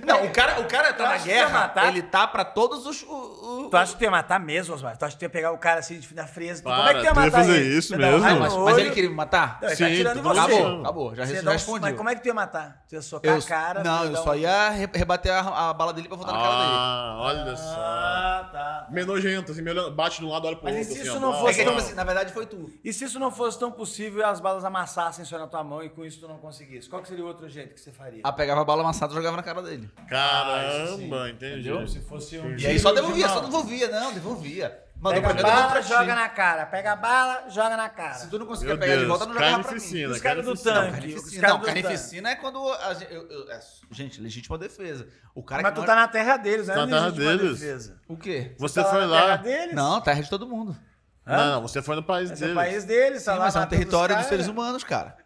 Speaker 6: Não, o cara, o cara
Speaker 5: Tu
Speaker 6: tá na
Speaker 5: acha que
Speaker 6: guerra,
Speaker 5: vai matar? Tá.
Speaker 6: ele tá pra todos os... o- o-
Speaker 5: Tu acha que tu ia matar mesmo, Osmar? Tu acha que tu ia pegar o cara assim de- na fresa? Tu-
Speaker 4: Para,
Speaker 5: Como é que tu ia
Speaker 4: tu ia
Speaker 5: matar
Speaker 4: fazer
Speaker 5: ele?
Speaker 4: isso
Speaker 5: Tu ia dar um
Speaker 4: mesmo?
Speaker 5: raio
Speaker 6: Ah,
Speaker 5: no
Speaker 6: mas, mas ele
Speaker 5: olho?
Speaker 6: queria me matar?
Speaker 5: Não, ele
Speaker 4: Sim,
Speaker 5: tá atirando em
Speaker 4: todo mundo
Speaker 5: você.
Speaker 6: Acabou, acabou, já,
Speaker 5: Você
Speaker 6: já
Speaker 5: ia dar um-
Speaker 6: respondeu.
Speaker 5: Mas como é que tu ia matar? Tu ia socar
Speaker 6: eu,
Speaker 5: a cara? tu
Speaker 6: não,
Speaker 5: ia
Speaker 6: eu
Speaker 5: dar
Speaker 6: só
Speaker 5: um-
Speaker 6: ia re- rebater a, a bala dele pra voltar na cara dele.
Speaker 4: Ah, olha só.
Speaker 5: Ah, tá.
Speaker 4: Meio nojento, assim, meio olhando, bate de um lado, olha pro
Speaker 5: Mas
Speaker 4: outro.
Speaker 5: e se
Speaker 4: assim,
Speaker 5: isso
Speaker 4: ó,
Speaker 5: não
Speaker 4: blá,
Speaker 6: É
Speaker 5: fosse-
Speaker 6: que,
Speaker 4: blá.
Speaker 6: tipo assim, na verdade foi tu.
Speaker 5: E se isso não fosse tão possível e as balas amassassem só na tua mão e com isso tu não conseguisse? Qual que seria o outro jeito que você faria?
Speaker 6: Ah, pegava a bala amassada e jogava na cara dele.
Speaker 5: Ah,
Speaker 4: Caramba, entendi.
Speaker 5: Se fosse um
Speaker 6: E aí só devolvia, só devolvia. Não, devolvia. Mandou
Speaker 5: Pega a
Speaker 6: primeiro, devolve
Speaker 5: bala,
Speaker 6: pra ti.
Speaker 5: joga na cara. Pega a bala, joga na
Speaker 6: Se
Speaker 5: cara.
Speaker 6: tu não conseguir
Speaker 4: Meu
Speaker 6: pegar de volta, não
Speaker 4: Deus,
Speaker 6: jogava pra mim.
Speaker 4: carnificina.
Speaker 5: Os caras do
Speaker 4: Carnificina.
Speaker 5: tanque. os
Speaker 6: Carnificina.
Speaker 5: caras
Speaker 6: Não,
Speaker 5: do tanque.
Speaker 6: carnificina é quando. a gente- eu- eu- é, gente, legítima defesa. O cara
Speaker 5: Mas
Speaker 6: que.
Speaker 5: tu
Speaker 6: não-
Speaker 5: tá na terra deles, né?
Speaker 4: Na terra deles.
Speaker 6: O quê?
Speaker 4: Você
Speaker 5: tá
Speaker 4: foi
Speaker 5: na terra
Speaker 4: lá.
Speaker 5: deles?
Speaker 6: Não, terra de todo mundo.
Speaker 4: Não, não, você foi no país
Speaker 5: Esse é o
Speaker 4: deles.
Speaker 5: país deles, tá
Speaker 6: Sim,
Speaker 5: lá
Speaker 6: mas é um
Speaker 5: matando os
Speaker 6: território dos
Speaker 5: caras.
Speaker 6: seres humanos, cara.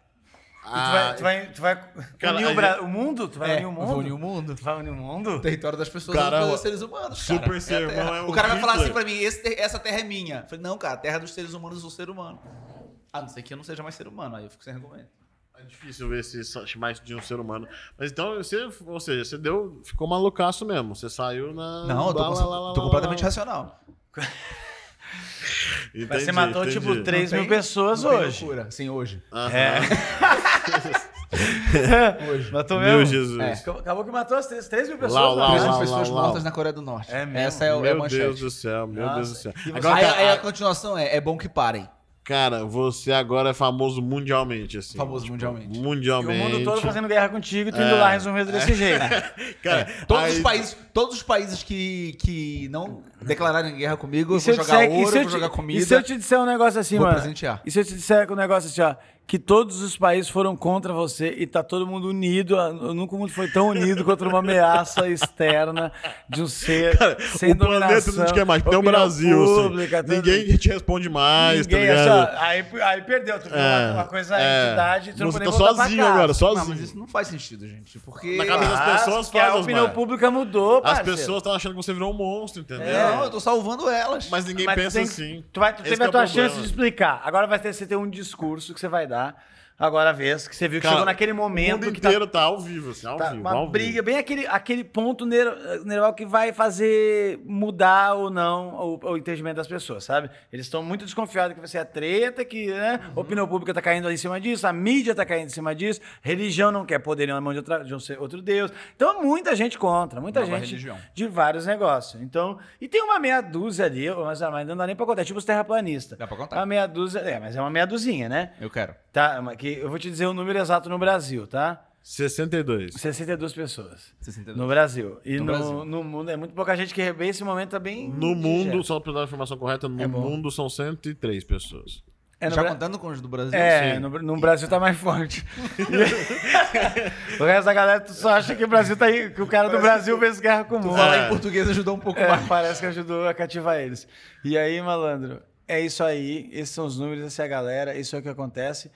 Speaker 4: Ah,
Speaker 5: tu vai, tu vai, tu vai
Speaker 4: Cara,
Speaker 5: unir
Speaker 4: a
Speaker 5: o, Bra-
Speaker 4: gente-
Speaker 5: o mundo? Tu vai
Speaker 6: É,
Speaker 5: unir o mundo?
Speaker 6: vou unir o mundo.
Speaker 5: Tu vai unir o mundo?
Speaker 6: O território das pessoas
Speaker 4: Cara,
Speaker 6: é dos seres humanos.
Speaker 4: super
Speaker 6: cara.
Speaker 4: ser
Speaker 6: É a terra.
Speaker 4: humano é
Speaker 6: O
Speaker 4: o
Speaker 6: cara vai falar assim
Speaker 4: Hitler.
Speaker 6: pra mim: esse ter- essa terra é minha. Eu falei, não, cara, a terra dos seres humanos eu sou ser humano. A não ser que eu não seja mais ser humano. Aí eu fico sem argumento.
Speaker 4: É difícil ver se sa- chamar isso de um ser humano. Mas então, você, ou seja, você deu, ficou malucaço mesmo. Você saiu na.
Speaker 6: Não, eu tô,
Speaker 4: bala,
Speaker 6: com-
Speaker 4: lá, lá,
Speaker 6: tô
Speaker 4: lá,
Speaker 6: completamente
Speaker 4: lá, lá.
Speaker 6: racional.
Speaker 5: Mas você
Speaker 4: Entendi,
Speaker 5: matou,
Speaker 4: entendi.
Speaker 5: tipo, 3
Speaker 6: Não
Speaker 5: mil
Speaker 6: tem-
Speaker 5: pessoas
Speaker 6: não tem
Speaker 5: hoje.
Speaker 6: loucura, Sim, hoje.
Speaker 4: Aham.
Speaker 6: Hoje.
Speaker 5: Matou
Speaker 4: É. Meu
Speaker 5: mesmo?
Speaker 4: Jesus.
Speaker 6: É.
Speaker 5: Acabou- Acabou que matou as 3, mil pessoas.
Speaker 4: Lá, lá,
Speaker 5: né?
Speaker 6: 3
Speaker 4: lá,
Speaker 6: mil
Speaker 4: lá,
Speaker 6: pessoas
Speaker 4: lá.
Speaker 6: mortas na Coreia do Norte.
Speaker 5: É mesmo?
Speaker 6: Essa é, o- é a
Speaker 4: Meu
Speaker 6: manchete.
Speaker 4: Deus do céu, meu
Speaker 5: Nossa.
Speaker 4: Deus do céu.
Speaker 6: E você-
Speaker 4: Agora,
Speaker 6: aí,
Speaker 4: cara,
Speaker 6: aí a continuação é, é bom que parem.
Speaker 4: cara, você agora é famoso mundialmente, assim.
Speaker 6: Famoso mundialmente.
Speaker 5: E o
Speaker 4: Mundialmente.
Speaker 5: mundo todo fazendo guerra contigo e tu indo
Speaker 4: É.
Speaker 5: lá resumido desse jeito. É.
Speaker 4: Cara,
Speaker 6: Todos
Speaker 4: aí-
Speaker 6: os países, todos os países que, que não declararem guerra comigo, eu
Speaker 5: E se
Speaker 6: vou
Speaker 5: eu
Speaker 6: jogar
Speaker 5: disser- e
Speaker 6: ouro,
Speaker 5: se eu
Speaker 6: eu vou
Speaker 5: te-
Speaker 6: jogar comida.
Speaker 5: E se eu te disser um negócio assim,
Speaker 6: Vou
Speaker 5: mano?
Speaker 6: presentear.
Speaker 5: E se eu te disser um negócio assim, ó? Que todos os países foram contra você e tá todo mundo unido. ah, Nunca o mundo foi tão unido contra uma ameaça externa de um ser sem
Speaker 4: o planeta não
Speaker 5: dominação,
Speaker 4: te quer mais, tem o
Speaker 5: opinião
Speaker 4: Brasil,
Speaker 5: pública,
Speaker 4: assim.
Speaker 5: tudo.
Speaker 4: Ninguém te responde mais,
Speaker 5: Ninguém,
Speaker 4: tá
Speaker 5: assim,
Speaker 4: ligado?
Speaker 5: ó, aí, aí perdeu, tu viu
Speaker 4: É,
Speaker 5: uma- uma coisa
Speaker 4: é.
Speaker 5: a entidade, tu não
Speaker 4: Você
Speaker 5: pode nem
Speaker 4: tá
Speaker 5: voltar pra
Speaker 4: sozinho
Speaker 5: casa.
Speaker 4: agora,
Speaker 6: Não, mas
Speaker 4: sozinho.
Speaker 6: isso não faz sentido, gente. Porque.
Speaker 4: Na cabeça das
Speaker 5: Ah,
Speaker 4: pessoas
Speaker 5: porque a
Speaker 4: faz,
Speaker 5: opinião
Speaker 4: Osmar.
Speaker 5: pública mudou,
Speaker 4: As
Speaker 5: parceiro. É.
Speaker 4: pessoas estão achando que você virou um monstro, entendeu?
Speaker 6: é, Não, eu tô salvando elas.
Speaker 4: Mas ninguém
Speaker 5: Mas tu
Speaker 4: pensa
Speaker 5: tem que-
Speaker 4: assim.
Speaker 5: Tu, vai, tu
Speaker 4: Esse
Speaker 5: teve
Speaker 4: que é
Speaker 5: a
Speaker 4: o
Speaker 5: tua
Speaker 4: problema.
Speaker 5: chance de explicar. Agora vai ter, você ter um discurso que você vai dar. Agora a vez que você viu que
Speaker 4: Cara,
Speaker 5: chegou naquele
Speaker 4: O mundo
Speaker 5: momento que tá,
Speaker 4: inteiro tá ao vivo, assim, ao
Speaker 5: tá
Speaker 4: vivo.
Speaker 5: uma
Speaker 4: ao vivo.
Speaker 5: briga, bem aquele, aquele ponto ner- nerval que vai fazer mudar ou não o, o entendimento das pessoas, sabe? Eles estão muito desconfiados que vai ser a treta, que né,
Speaker 6: Uhum.
Speaker 5: a opinião pública tá caindo ali em cima disso, a mídia tá caindo em cima disso, religião não quer poder na mão de, outra- de um ser- outro Deus. Então muita gente contra, muita
Speaker 6: Nova
Speaker 5: gente
Speaker 6: religião.
Speaker 5: de vários negócios. Então, e tem uma meia dúzia ali, mas, mas não dá nem pra contar, é tipo os terraplanistas.
Speaker 6: Dá pra contar.
Speaker 5: Uma meia dúzia, é, mas é uma meia duzinha, né?
Speaker 6: Eu quero.
Speaker 5: Tá, mas que eu vou te dizer o número exato no Brasil, tá?
Speaker 4: 62.
Speaker 5: 62 pessoas.
Speaker 6: 62.
Speaker 5: No Brasil. E
Speaker 6: No
Speaker 5: no,
Speaker 6: Brasil.
Speaker 5: no mundo é muito pouca gente que bem esse momento tá bem.
Speaker 4: No mundo,
Speaker 5: indigesto.
Speaker 4: só pra dar a informação correta, no
Speaker 5: É bom.
Speaker 4: mundo são 103 pessoas.
Speaker 5: É, no
Speaker 6: Já
Speaker 5: Bra-
Speaker 6: contando com os do Brasil,
Speaker 5: É,
Speaker 6: sim.
Speaker 5: no, no Brasil tá mais forte. o resto da galera tu só acha que o Brasil tá aí, que o cara do Brasil fez guerra com o mundo.
Speaker 4: É.
Speaker 6: Falar em português ajudou um pouco
Speaker 5: É,
Speaker 6: mais.
Speaker 5: parece que ajudou a cativar eles. E aí, malandro, é isso aí. Esses são os números, essa é a galera, isso é o que acontece.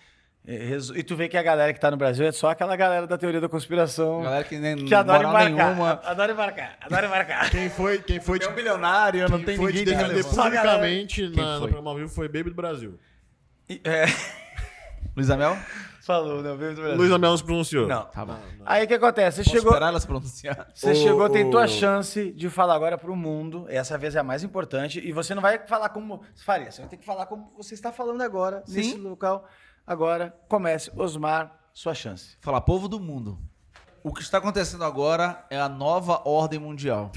Speaker 5: E, resu- e tu vê que a galera que tá no Brasil é só aquela galera da teoria da conspiração.
Speaker 6: Galera que nem
Speaker 5: que adora
Speaker 6: moral
Speaker 5: embarcar.
Speaker 6: nenhuma.
Speaker 5: Adora embarcar, adora embarcar.
Speaker 4: Quem foi, quem foi te,
Speaker 6: É um bilionário, não tem
Speaker 4: quem foi te
Speaker 6: ninguém que
Speaker 4: defender
Speaker 6: levanta.
Speaker 4: publicamente
Speaker 6: Quem
Speaker 4: na, no
Speaker 6: foi?
Speaker 4: programa ao vivo foi Baby do Brasil.
Speaker 5: E- é,
Speaker 6: Luiz Amel?
Speaker 5: falou, não, veio do Brasil.
Speaker 4: Luiz Amel se pronunciou.
Speaker 5: Não.
Speaker 6: Tá bom.
Speaker 5: Aí o que acontece? Você
Speaker 6: Vamos
Speaker 5: chegou.
Speaker 6: esperar elas pronunciar.
Speaker 5: Você
Speaker 4: O-
Speaker 5: chegou, tem
Speaker 4: o-
Speaker 5: tua chance de falar agora pro mundo. Essa vez é a mais importante. E você não vai falar como você faria. Você vai ter que falar como você está falando agora,
Speaker 6: Sim.
Speaker 5: nesse local. Agora, comece. Osmar, sua chance.
Speaker 6: Falar, povo do mundo. O que está acontecendo agora é a nova ordem mundial.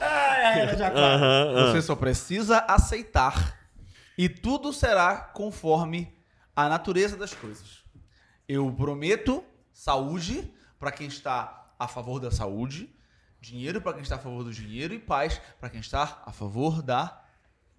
Speaker 4: Aham, ah. aham.
Speaker 6: Você só precisa aceitar. E tudo será conforme a natureza das coisas. Eu prometo saúde para quem está a favor da saúde, dinheiro para quem está a favor do dinheiro e paz para quem está a favor da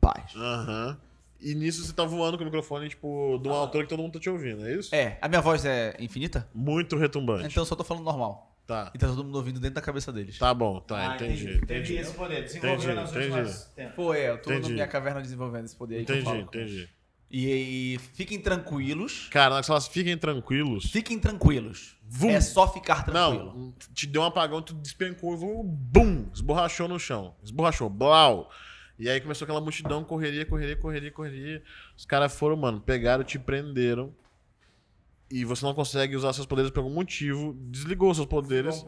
Speaker 6: paz.
Speaker 4: Aham. E nisso você tá voando com o microfone, tipo, de uma altura que todo mundo tá te ouvindo, é isso?
Speaker 6: É, a minha voz é infinita?
Speaker 4: Muito retumbante.
Speaker 6: Então eu só tô falando normal.
Speaker 5: Então,
Speaker 4: Tá.
Speaker 6: E tá todo mundo ouvindo dentro da cabeça deles.
Speaker 4: Tá bom, tá,
Speaker 5: Ah,
Speaker 4: entendi. Entendi,
Speaker 5: esse poder.
Speaker 4: Desenvolveu nas Entendi, últimas entendi.
Speaker 6: Pô, é, eu tô
Speaker 4: Entendi.
Speaker 6: na minha caverna desenvolvendo esse poder aí. que eu
Speaker 4: entendi.
Speaker 6: falo.
Speaker 4: entendi.
Speaker 6: E, e fiquem tranquilos.
Speaker 4: Cara, nós falamos, fiquem tranquilos.
Speaker 6: Fiquem tranquilos.
Speaker 4: Vum.
Speaker 6: É só ficar tranquilo.
Speaker 4: Não, te deu um apagão, tu despencou, vum, bum, esborrachou no chão. Esborrachou, blau. E aí começou aquela multidão, correria, correria, correria, correria. Os caras foram, mano, pegaram, te prenderam. E você não consegue usar seus poderes por algum motivo. Desligou seus poderes.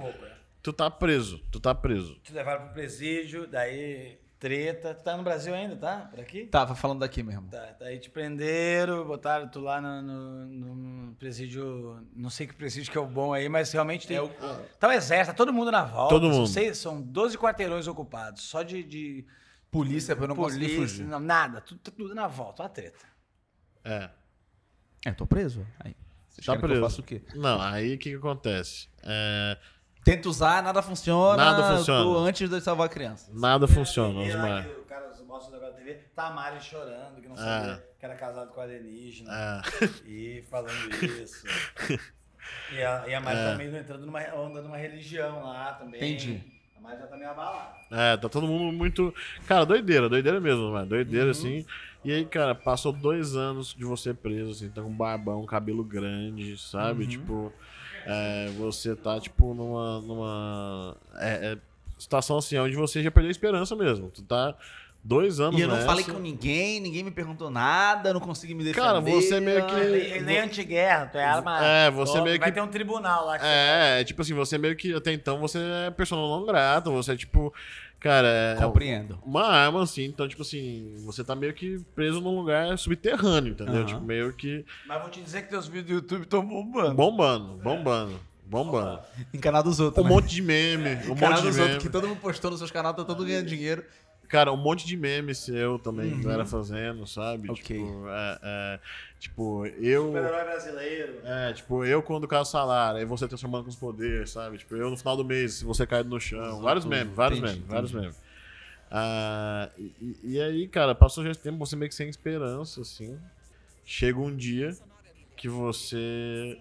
Speaker 4: Tu tá preso, tu tá preso.
Speaker 5: Te levaram pro presídio, daí treta. Tu tá no Brasil ainda, tá? Por aqui?
Speaker 6: Tava falando daqui mesmo.
Speaker 5: Tá, daí te prenderam, botaram tu lá no, no- no presídio. Não sei que presídio que é o bom aí, mas realmente tem.
Speaker 6: É o-
Speaker 5: Tá o exército, tá todo mundo na volta.
Speaker 4: Todo
Speaker 5: são
Speaker 4: mundo.
Speaker 5: seis- são 12 quarteirões ocupados, só de. de
Speaker 6: Polícia pra eu não conseguir
Speaker 5: polícia,
Speaker 6: fugir.
Speaker 5: não, nada, tudo, tá tudo na volta, uma treta.
Speaker 4: É.
Speaker 6: É, tô preso. Aí, vocês
Speaker 4: Tá
Speaker 6: querem que
Speaker 4: preso.
Speaker 6: eu faça o quê?
Speaker 4: Não, aí o que, que acontece? É,
Speaker 6: Tento usar, nada funciona.
Speaker 4: Nada
Speaker 6: eu
Speaker 4: funciona.
Speaker 6: Tô antes de salvar a criança.
Speaker 4: nada funciona, Osmar.
Speaker 5: O cara mostra o negócio da TV, tá a Mari chorando, que não
Speaker 4: sabia
Speaker 5: que era casado com a alienígena.
Speaker 4: É.
Speaker 5: E falando isso. e a, e a
Speaker 4: É.
Speaker 5: Mari também entrando numa onda numa religião lá também.
Speaker 6: Entendi.
Speaker 5: A Mari já tá meio abalada.
Speaker 4: É, tá todo mundo muito. Cara, doideira, doideira mesmo, mano.
Speaker 6: Uhum.
Speaker 4: Doideira, assim. E aí, cara, passou dois anos de você preso, assim, tá com barbão, cabelo grande, sabe?
Speaker 6: Uhum.
Speaker 4: Tipo, é, você tá, tipo, numa. numa é, é, situação assim, onde você já perdeu a esperança mesmo. Tu tá Dois anos
Speaker 6: E eu não
Speaker 4: nessa.
Speaker 6: falei com ninguém, ninguém me perguntou nada, não consegui me defender.
Speaker 4: Cara, você meio que-
Speaker 5: E nem antiguerra, tu é arma.
Speaker 4: É, você
Speaker 5: Ó,
Speaker 4: meio
Speaker 5: Vai
Speaker 4: que-
Speaker 5: ter um tribunal lá. que
Speaker 4: É, é, tipo assim, você meio que até então você é persona não grata, você é tipo, cara, é
Speaker 6: Compreendo.
Speaker 4: uma arma assim, então tipo assim, você tá meio que preso num lugar subterrâneo, entendeu?
Speaker 6: Aham.
Speaker 4: Tipo meio que
Speaker 5: Mas vou te dizer que teus vídeos do YouTube estão bombando.
Speaker 4: bombando, bombando, bombando.
Speaker 6: Em canal dos outros. né?
Speaker 4: Um monte de meme, um
Speaker 6: canal
Speaker 4: monte de
Speaker 6: dos
Speaker 4: meme.
Speaker 6: outros que todo mundo postou nos seus canais, tá todo mundo ganhando dinheiro.
Speaker 4: Cara, um monte de meme seu também,
Speaker 6: Uhum.
Speaker 4: galera fazendo, sabe?
Speaker 6: Ok.
Speaker 4: Tipo, é, é, tipo, eu.
Speaker 5: Super-herói brasileiro.
Speaker 4: É, tipo, eu quando caio salário, aí você transformando com os poderes, sabe? Tipo, eu no final do mês, se você caído no chão. Vários
Speaker 6: Tudo.
Speaker 4: memes, vários
Speaker 6: Entendi,
Speaker 4: memes, vários
Speaker 6: entendi.
Speaker 4: memes. Ah, e, e aí, cara, passou já esse tempo, você meio que sem esperança, assim. Chega um dia que você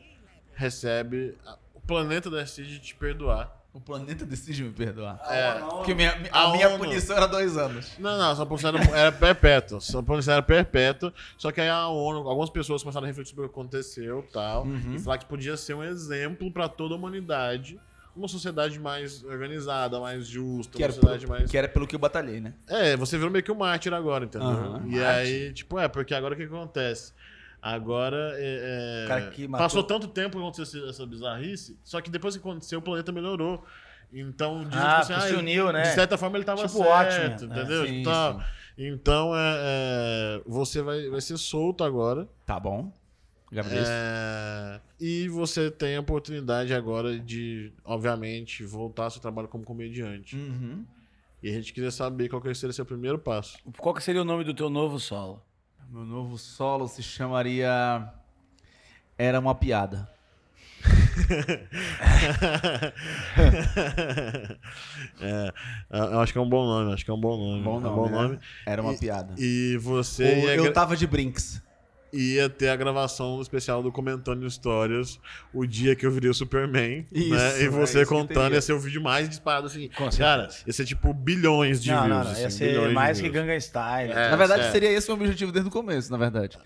Speaker 4: recebe. a- O planeta decide te perdoar.
Speaker 6: O planeta decide me perdoar.
Speaker 4: É.
Speaker 6: Porque minha-
Speaker 4: A
Speaker 6: a minha
Speaker 4: ONU.
Speaker 6: punição era dois anos.
Speaker 4: Não, não, sua punição era, era perpétua. Sua punição era perpétua. Só que aí a ONU, algumas pessoas começaram a refletir sobre o que aconteceu e tal.
Speaker 6: Uhum.
Speaker 4: E falar que podia ser um exemplo pra toda a humanidade. Uma sociedade mais organizada, mais justa,
Speaker 6: Que
Speaker 4: uma
Speaker 6: era,
Speaker 4: sociedade
Speaker 6: pelo,
Speaker 4: mais.
Speaker 6: que era pelo que eu batalhei, né?
Speaker 4: É, você virou meio que um mártir agora, entendeu?
Speaker 6: Aham.
Speaker 4: E aí, tipo, é, porque agora o que acontece? Agora. é, é,
Speaker 5: O cara que matou-
Speaker 4: Passou tanto tempo que aconteceu esse- essa bizarrice, só que depois que aconteceu, o planeta melhorou. Então, dizem,
Speaker 5: Ah,
Speaker 4: tipo
Speaker 5: se uniu, né?
Speaker 4: De certa forma, ele tava
Speaker 5: Tipo
Speaker 4: certo,
Speaker 5: Watchmen, né?
Speaker 4: entendeu?
Speaker 6: Sim,
Speaker 4: Então,
Speaker 6: sim.
Speaker 4: então é, é, você vai, vai ser solto agora.
Speaker 6: Tá bom. Gabriel.
Speaker 4: É, e você tem a oportunidade agora de, obviamente, voltar ao seu trabalho como comediante.
Speaker 6: Uhum.
Speaker 4: E a gente queria saber qual que seria o seu primeiro passo.
Speaker 5: Qual que seria o nome do teu novo solo?
Speaker 6: Meu novo solo se chamaria. Era uma piada.
Speaker 4: é, eu acho que é um bom nome, acho que é um bom nome.
Speaker 6: Bom
Speaker 4: é um
Speaker 6: nome.
Speaker 4: bom
Speaker 6: né?
Speaker 4: nome.
Speaker 6: Era uma
Speaker 4: E-
Speaker 6: piada.
Speaker 4: E
Speaker 6: Ou
Speaker 4: você ia,
Speaker 6: eu
Speaker 4: gra-
Speaker 6: tava de brinks.
Speaker 4: ia ter a gravação do especial do Comentando Histórias o dia que eu virei o Superman.
Speaker 6: Isso,
Speaker 4: né? E
Speaker 6: é
Speaker 4: você
Speaker 6: isso que
Speaker 4: contando
Speaker 6: teria.
Speaker 4: ia ser o vídeo mais disparado assim.
Speaker 5: Com
Speaker 4: Cara,
Speaker 5: certeza.
Speaker 4: ia ser tipo bilhões de
Speaker 5: não,
Speaker 4: views.
Speaker 5: não, não. Ia
Speaker 4: assim,
Speaker 5: ser
Speaker 4: bilhões de
Speaker 5: mais que
Speaker 4: views.
Speaker 5: Gangnam Style.
Speaker 4: É.
Speaker 6: na verdade,
Speaker 4: certo.
Speaker 6: seria esse o meu objetivo desde o começo, na verdade.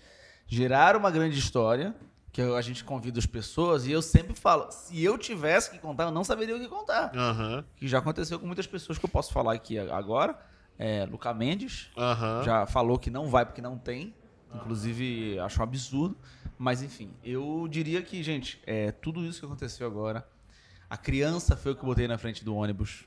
Speaker 6: Gerar uma grande história, que eu- a gente convida as pessoas, e eu sempre falo, se eu tivesse que contar, eu não saberia o que contar.
Speaker 4: Aham,
Speaker 6: Que já aconteceu com muitas pessoas que eu posso falar aqui agora. É, Luca Mendes,
Speaker 4: aham.
Speaker 6: já falou que não vai porque não tem. Inclusive, acho um absurdo. Mas enfim, eu diria que, gente, é, tudo isso que aconteceu agora. A criança foi o que eu botei na frente do ônibus.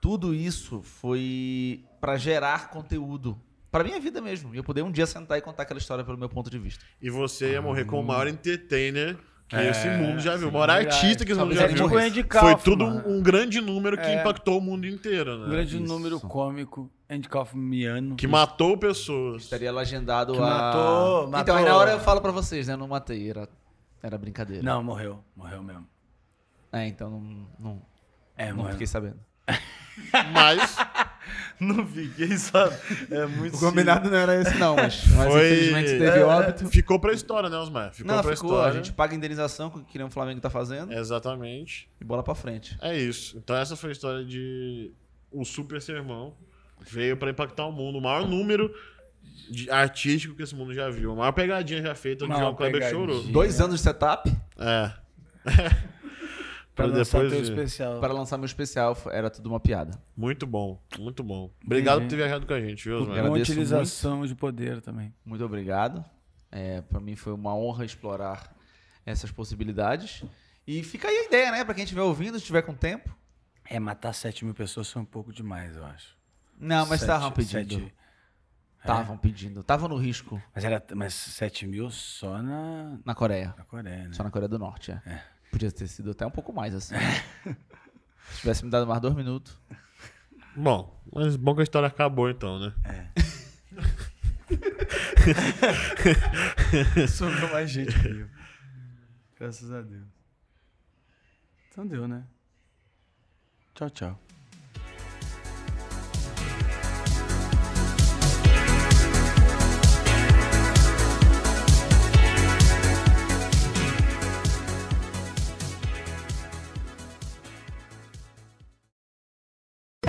Speaker 6: Tudo isso foi pra gerar conteúdo. Pra minha vida mesmo. E eu poder um dia sentar e contar aquela história pelo meu ponto de vista.
Speaker 4: E você ia morrer como o maior entertainer que
Speaker 5: É,
Speaker 4: esse mundo já viu. O
Speaker 5: sim,
Speaker 4: maior
Speaker 5: verdade.
Speaker 4: artista que esse mundo
Speaker 6: Talvez
Speaker 4: já
Speaker 6: ele
Speaker 4: viu.
Speaker 6: morresse.
Speaker 4: Foi tudo um, um grande número que
Speaker 5: É.
Speaker 4: impactou o mundo inteiro, né?
Speaker 5: Um grande
Speaker 6: Isso.
Speaker 5: número cômico, Andy Kaufmaniano.
Speaker 4: Que matou pessoas.
Speaker 6: Estaria legendado
Speaker 5: Que
Speaker 6: a.
Speaker 5: matou, matou.
Speaker 6: Então, aí na hora eu falo pra vocês, né? Eu não matei, era, era brincadeira.
Speaker 5: Não, morreu. Morreu mesmo.
Speaker 6: É, então não, não,
Speaker 5: É,
Speaker 6: não
Speaker 5: morreu.
Speaker 6: fiquei sabendo.
Speaker 4: Mas
Speaker 5: Não fiquei, sabe? É muito
Speaker 6: não era esse, não, mas, É, mas
Speaker 4: Foi- É,
Speaker 6: infelizmente teve óbito.
Speaker 4: ficou pra história, né, Osmar? Ficou
Speaker 6: não,
Speaker 4: pra
Speaker 6: ficou.
Speaker 4: história. né? É.
Speaker 6: A gente paga a indenização, que nem o Flamengo tá fazendo,
Speaker 4: Exatamente.
Speaker 6: e bola pra frente.
Speaker 4: É isso. Então essa foi a história de o Super Sermão. Veio pra impactar o mundo. O maior número de artístico que esse mundo já viu. A maior pegadinha já feita onde o
Speaker 5: Maior
Speaker 4: João Kleber
Speaker 5: pegadinha.
Speaker 4: chorou.
Speaker 6: Dois anos de setup
Speaker 4: É.
Speaker 5: Pra
Speaker 4: pra
Speaker 5: lançar teu
Speaker 4: depois ver.
Speaker 5: especial.
Speaker 6: para lançar meu especial, f- era tudo uma piada.
Speaker 4: Muito bom, muito bom. Obrigado
Speaker 5: Entendi.
Speaker 4: por ter viajado com a gente, viu, Osmar?
Speaker 5: É Uma
Speaker 6: agradeço
Speaker 5: utilização de poder também.
Speaker 6: Muito obrigado. É, para mim foi uma honra explorar essas possibilidades. E fica aí a ideia, né? Pra quem estiver ouvindo, se tiver com tempo.
Speaker 5: É, matar 7 mil pessoas foi um pouco demais, eu acho.
Speaker 6: Não, mas
Speaker 5: Sete-
Speaker 6: estavam pedindo.
Speaker 5: sete-
Speaker 6: Estavam pedindo. Estavam no risco
Speaker 5: Mas, era, mas 7 mil só na,
Speaker 6: na Coreia.
Speaker 5: na Coreia, né?
Speaker 6: Só na Coreia do Norte, é. Podia ter sido até um pouco mais assim. Se tivesse me dado mais dois minutos.
Speaker 4: Bom, mas bom que a história acabou então, né?
Speaker 5: Sobrou mais gente viva. Graças a Deus. Então deu, né? Tchau, tchau.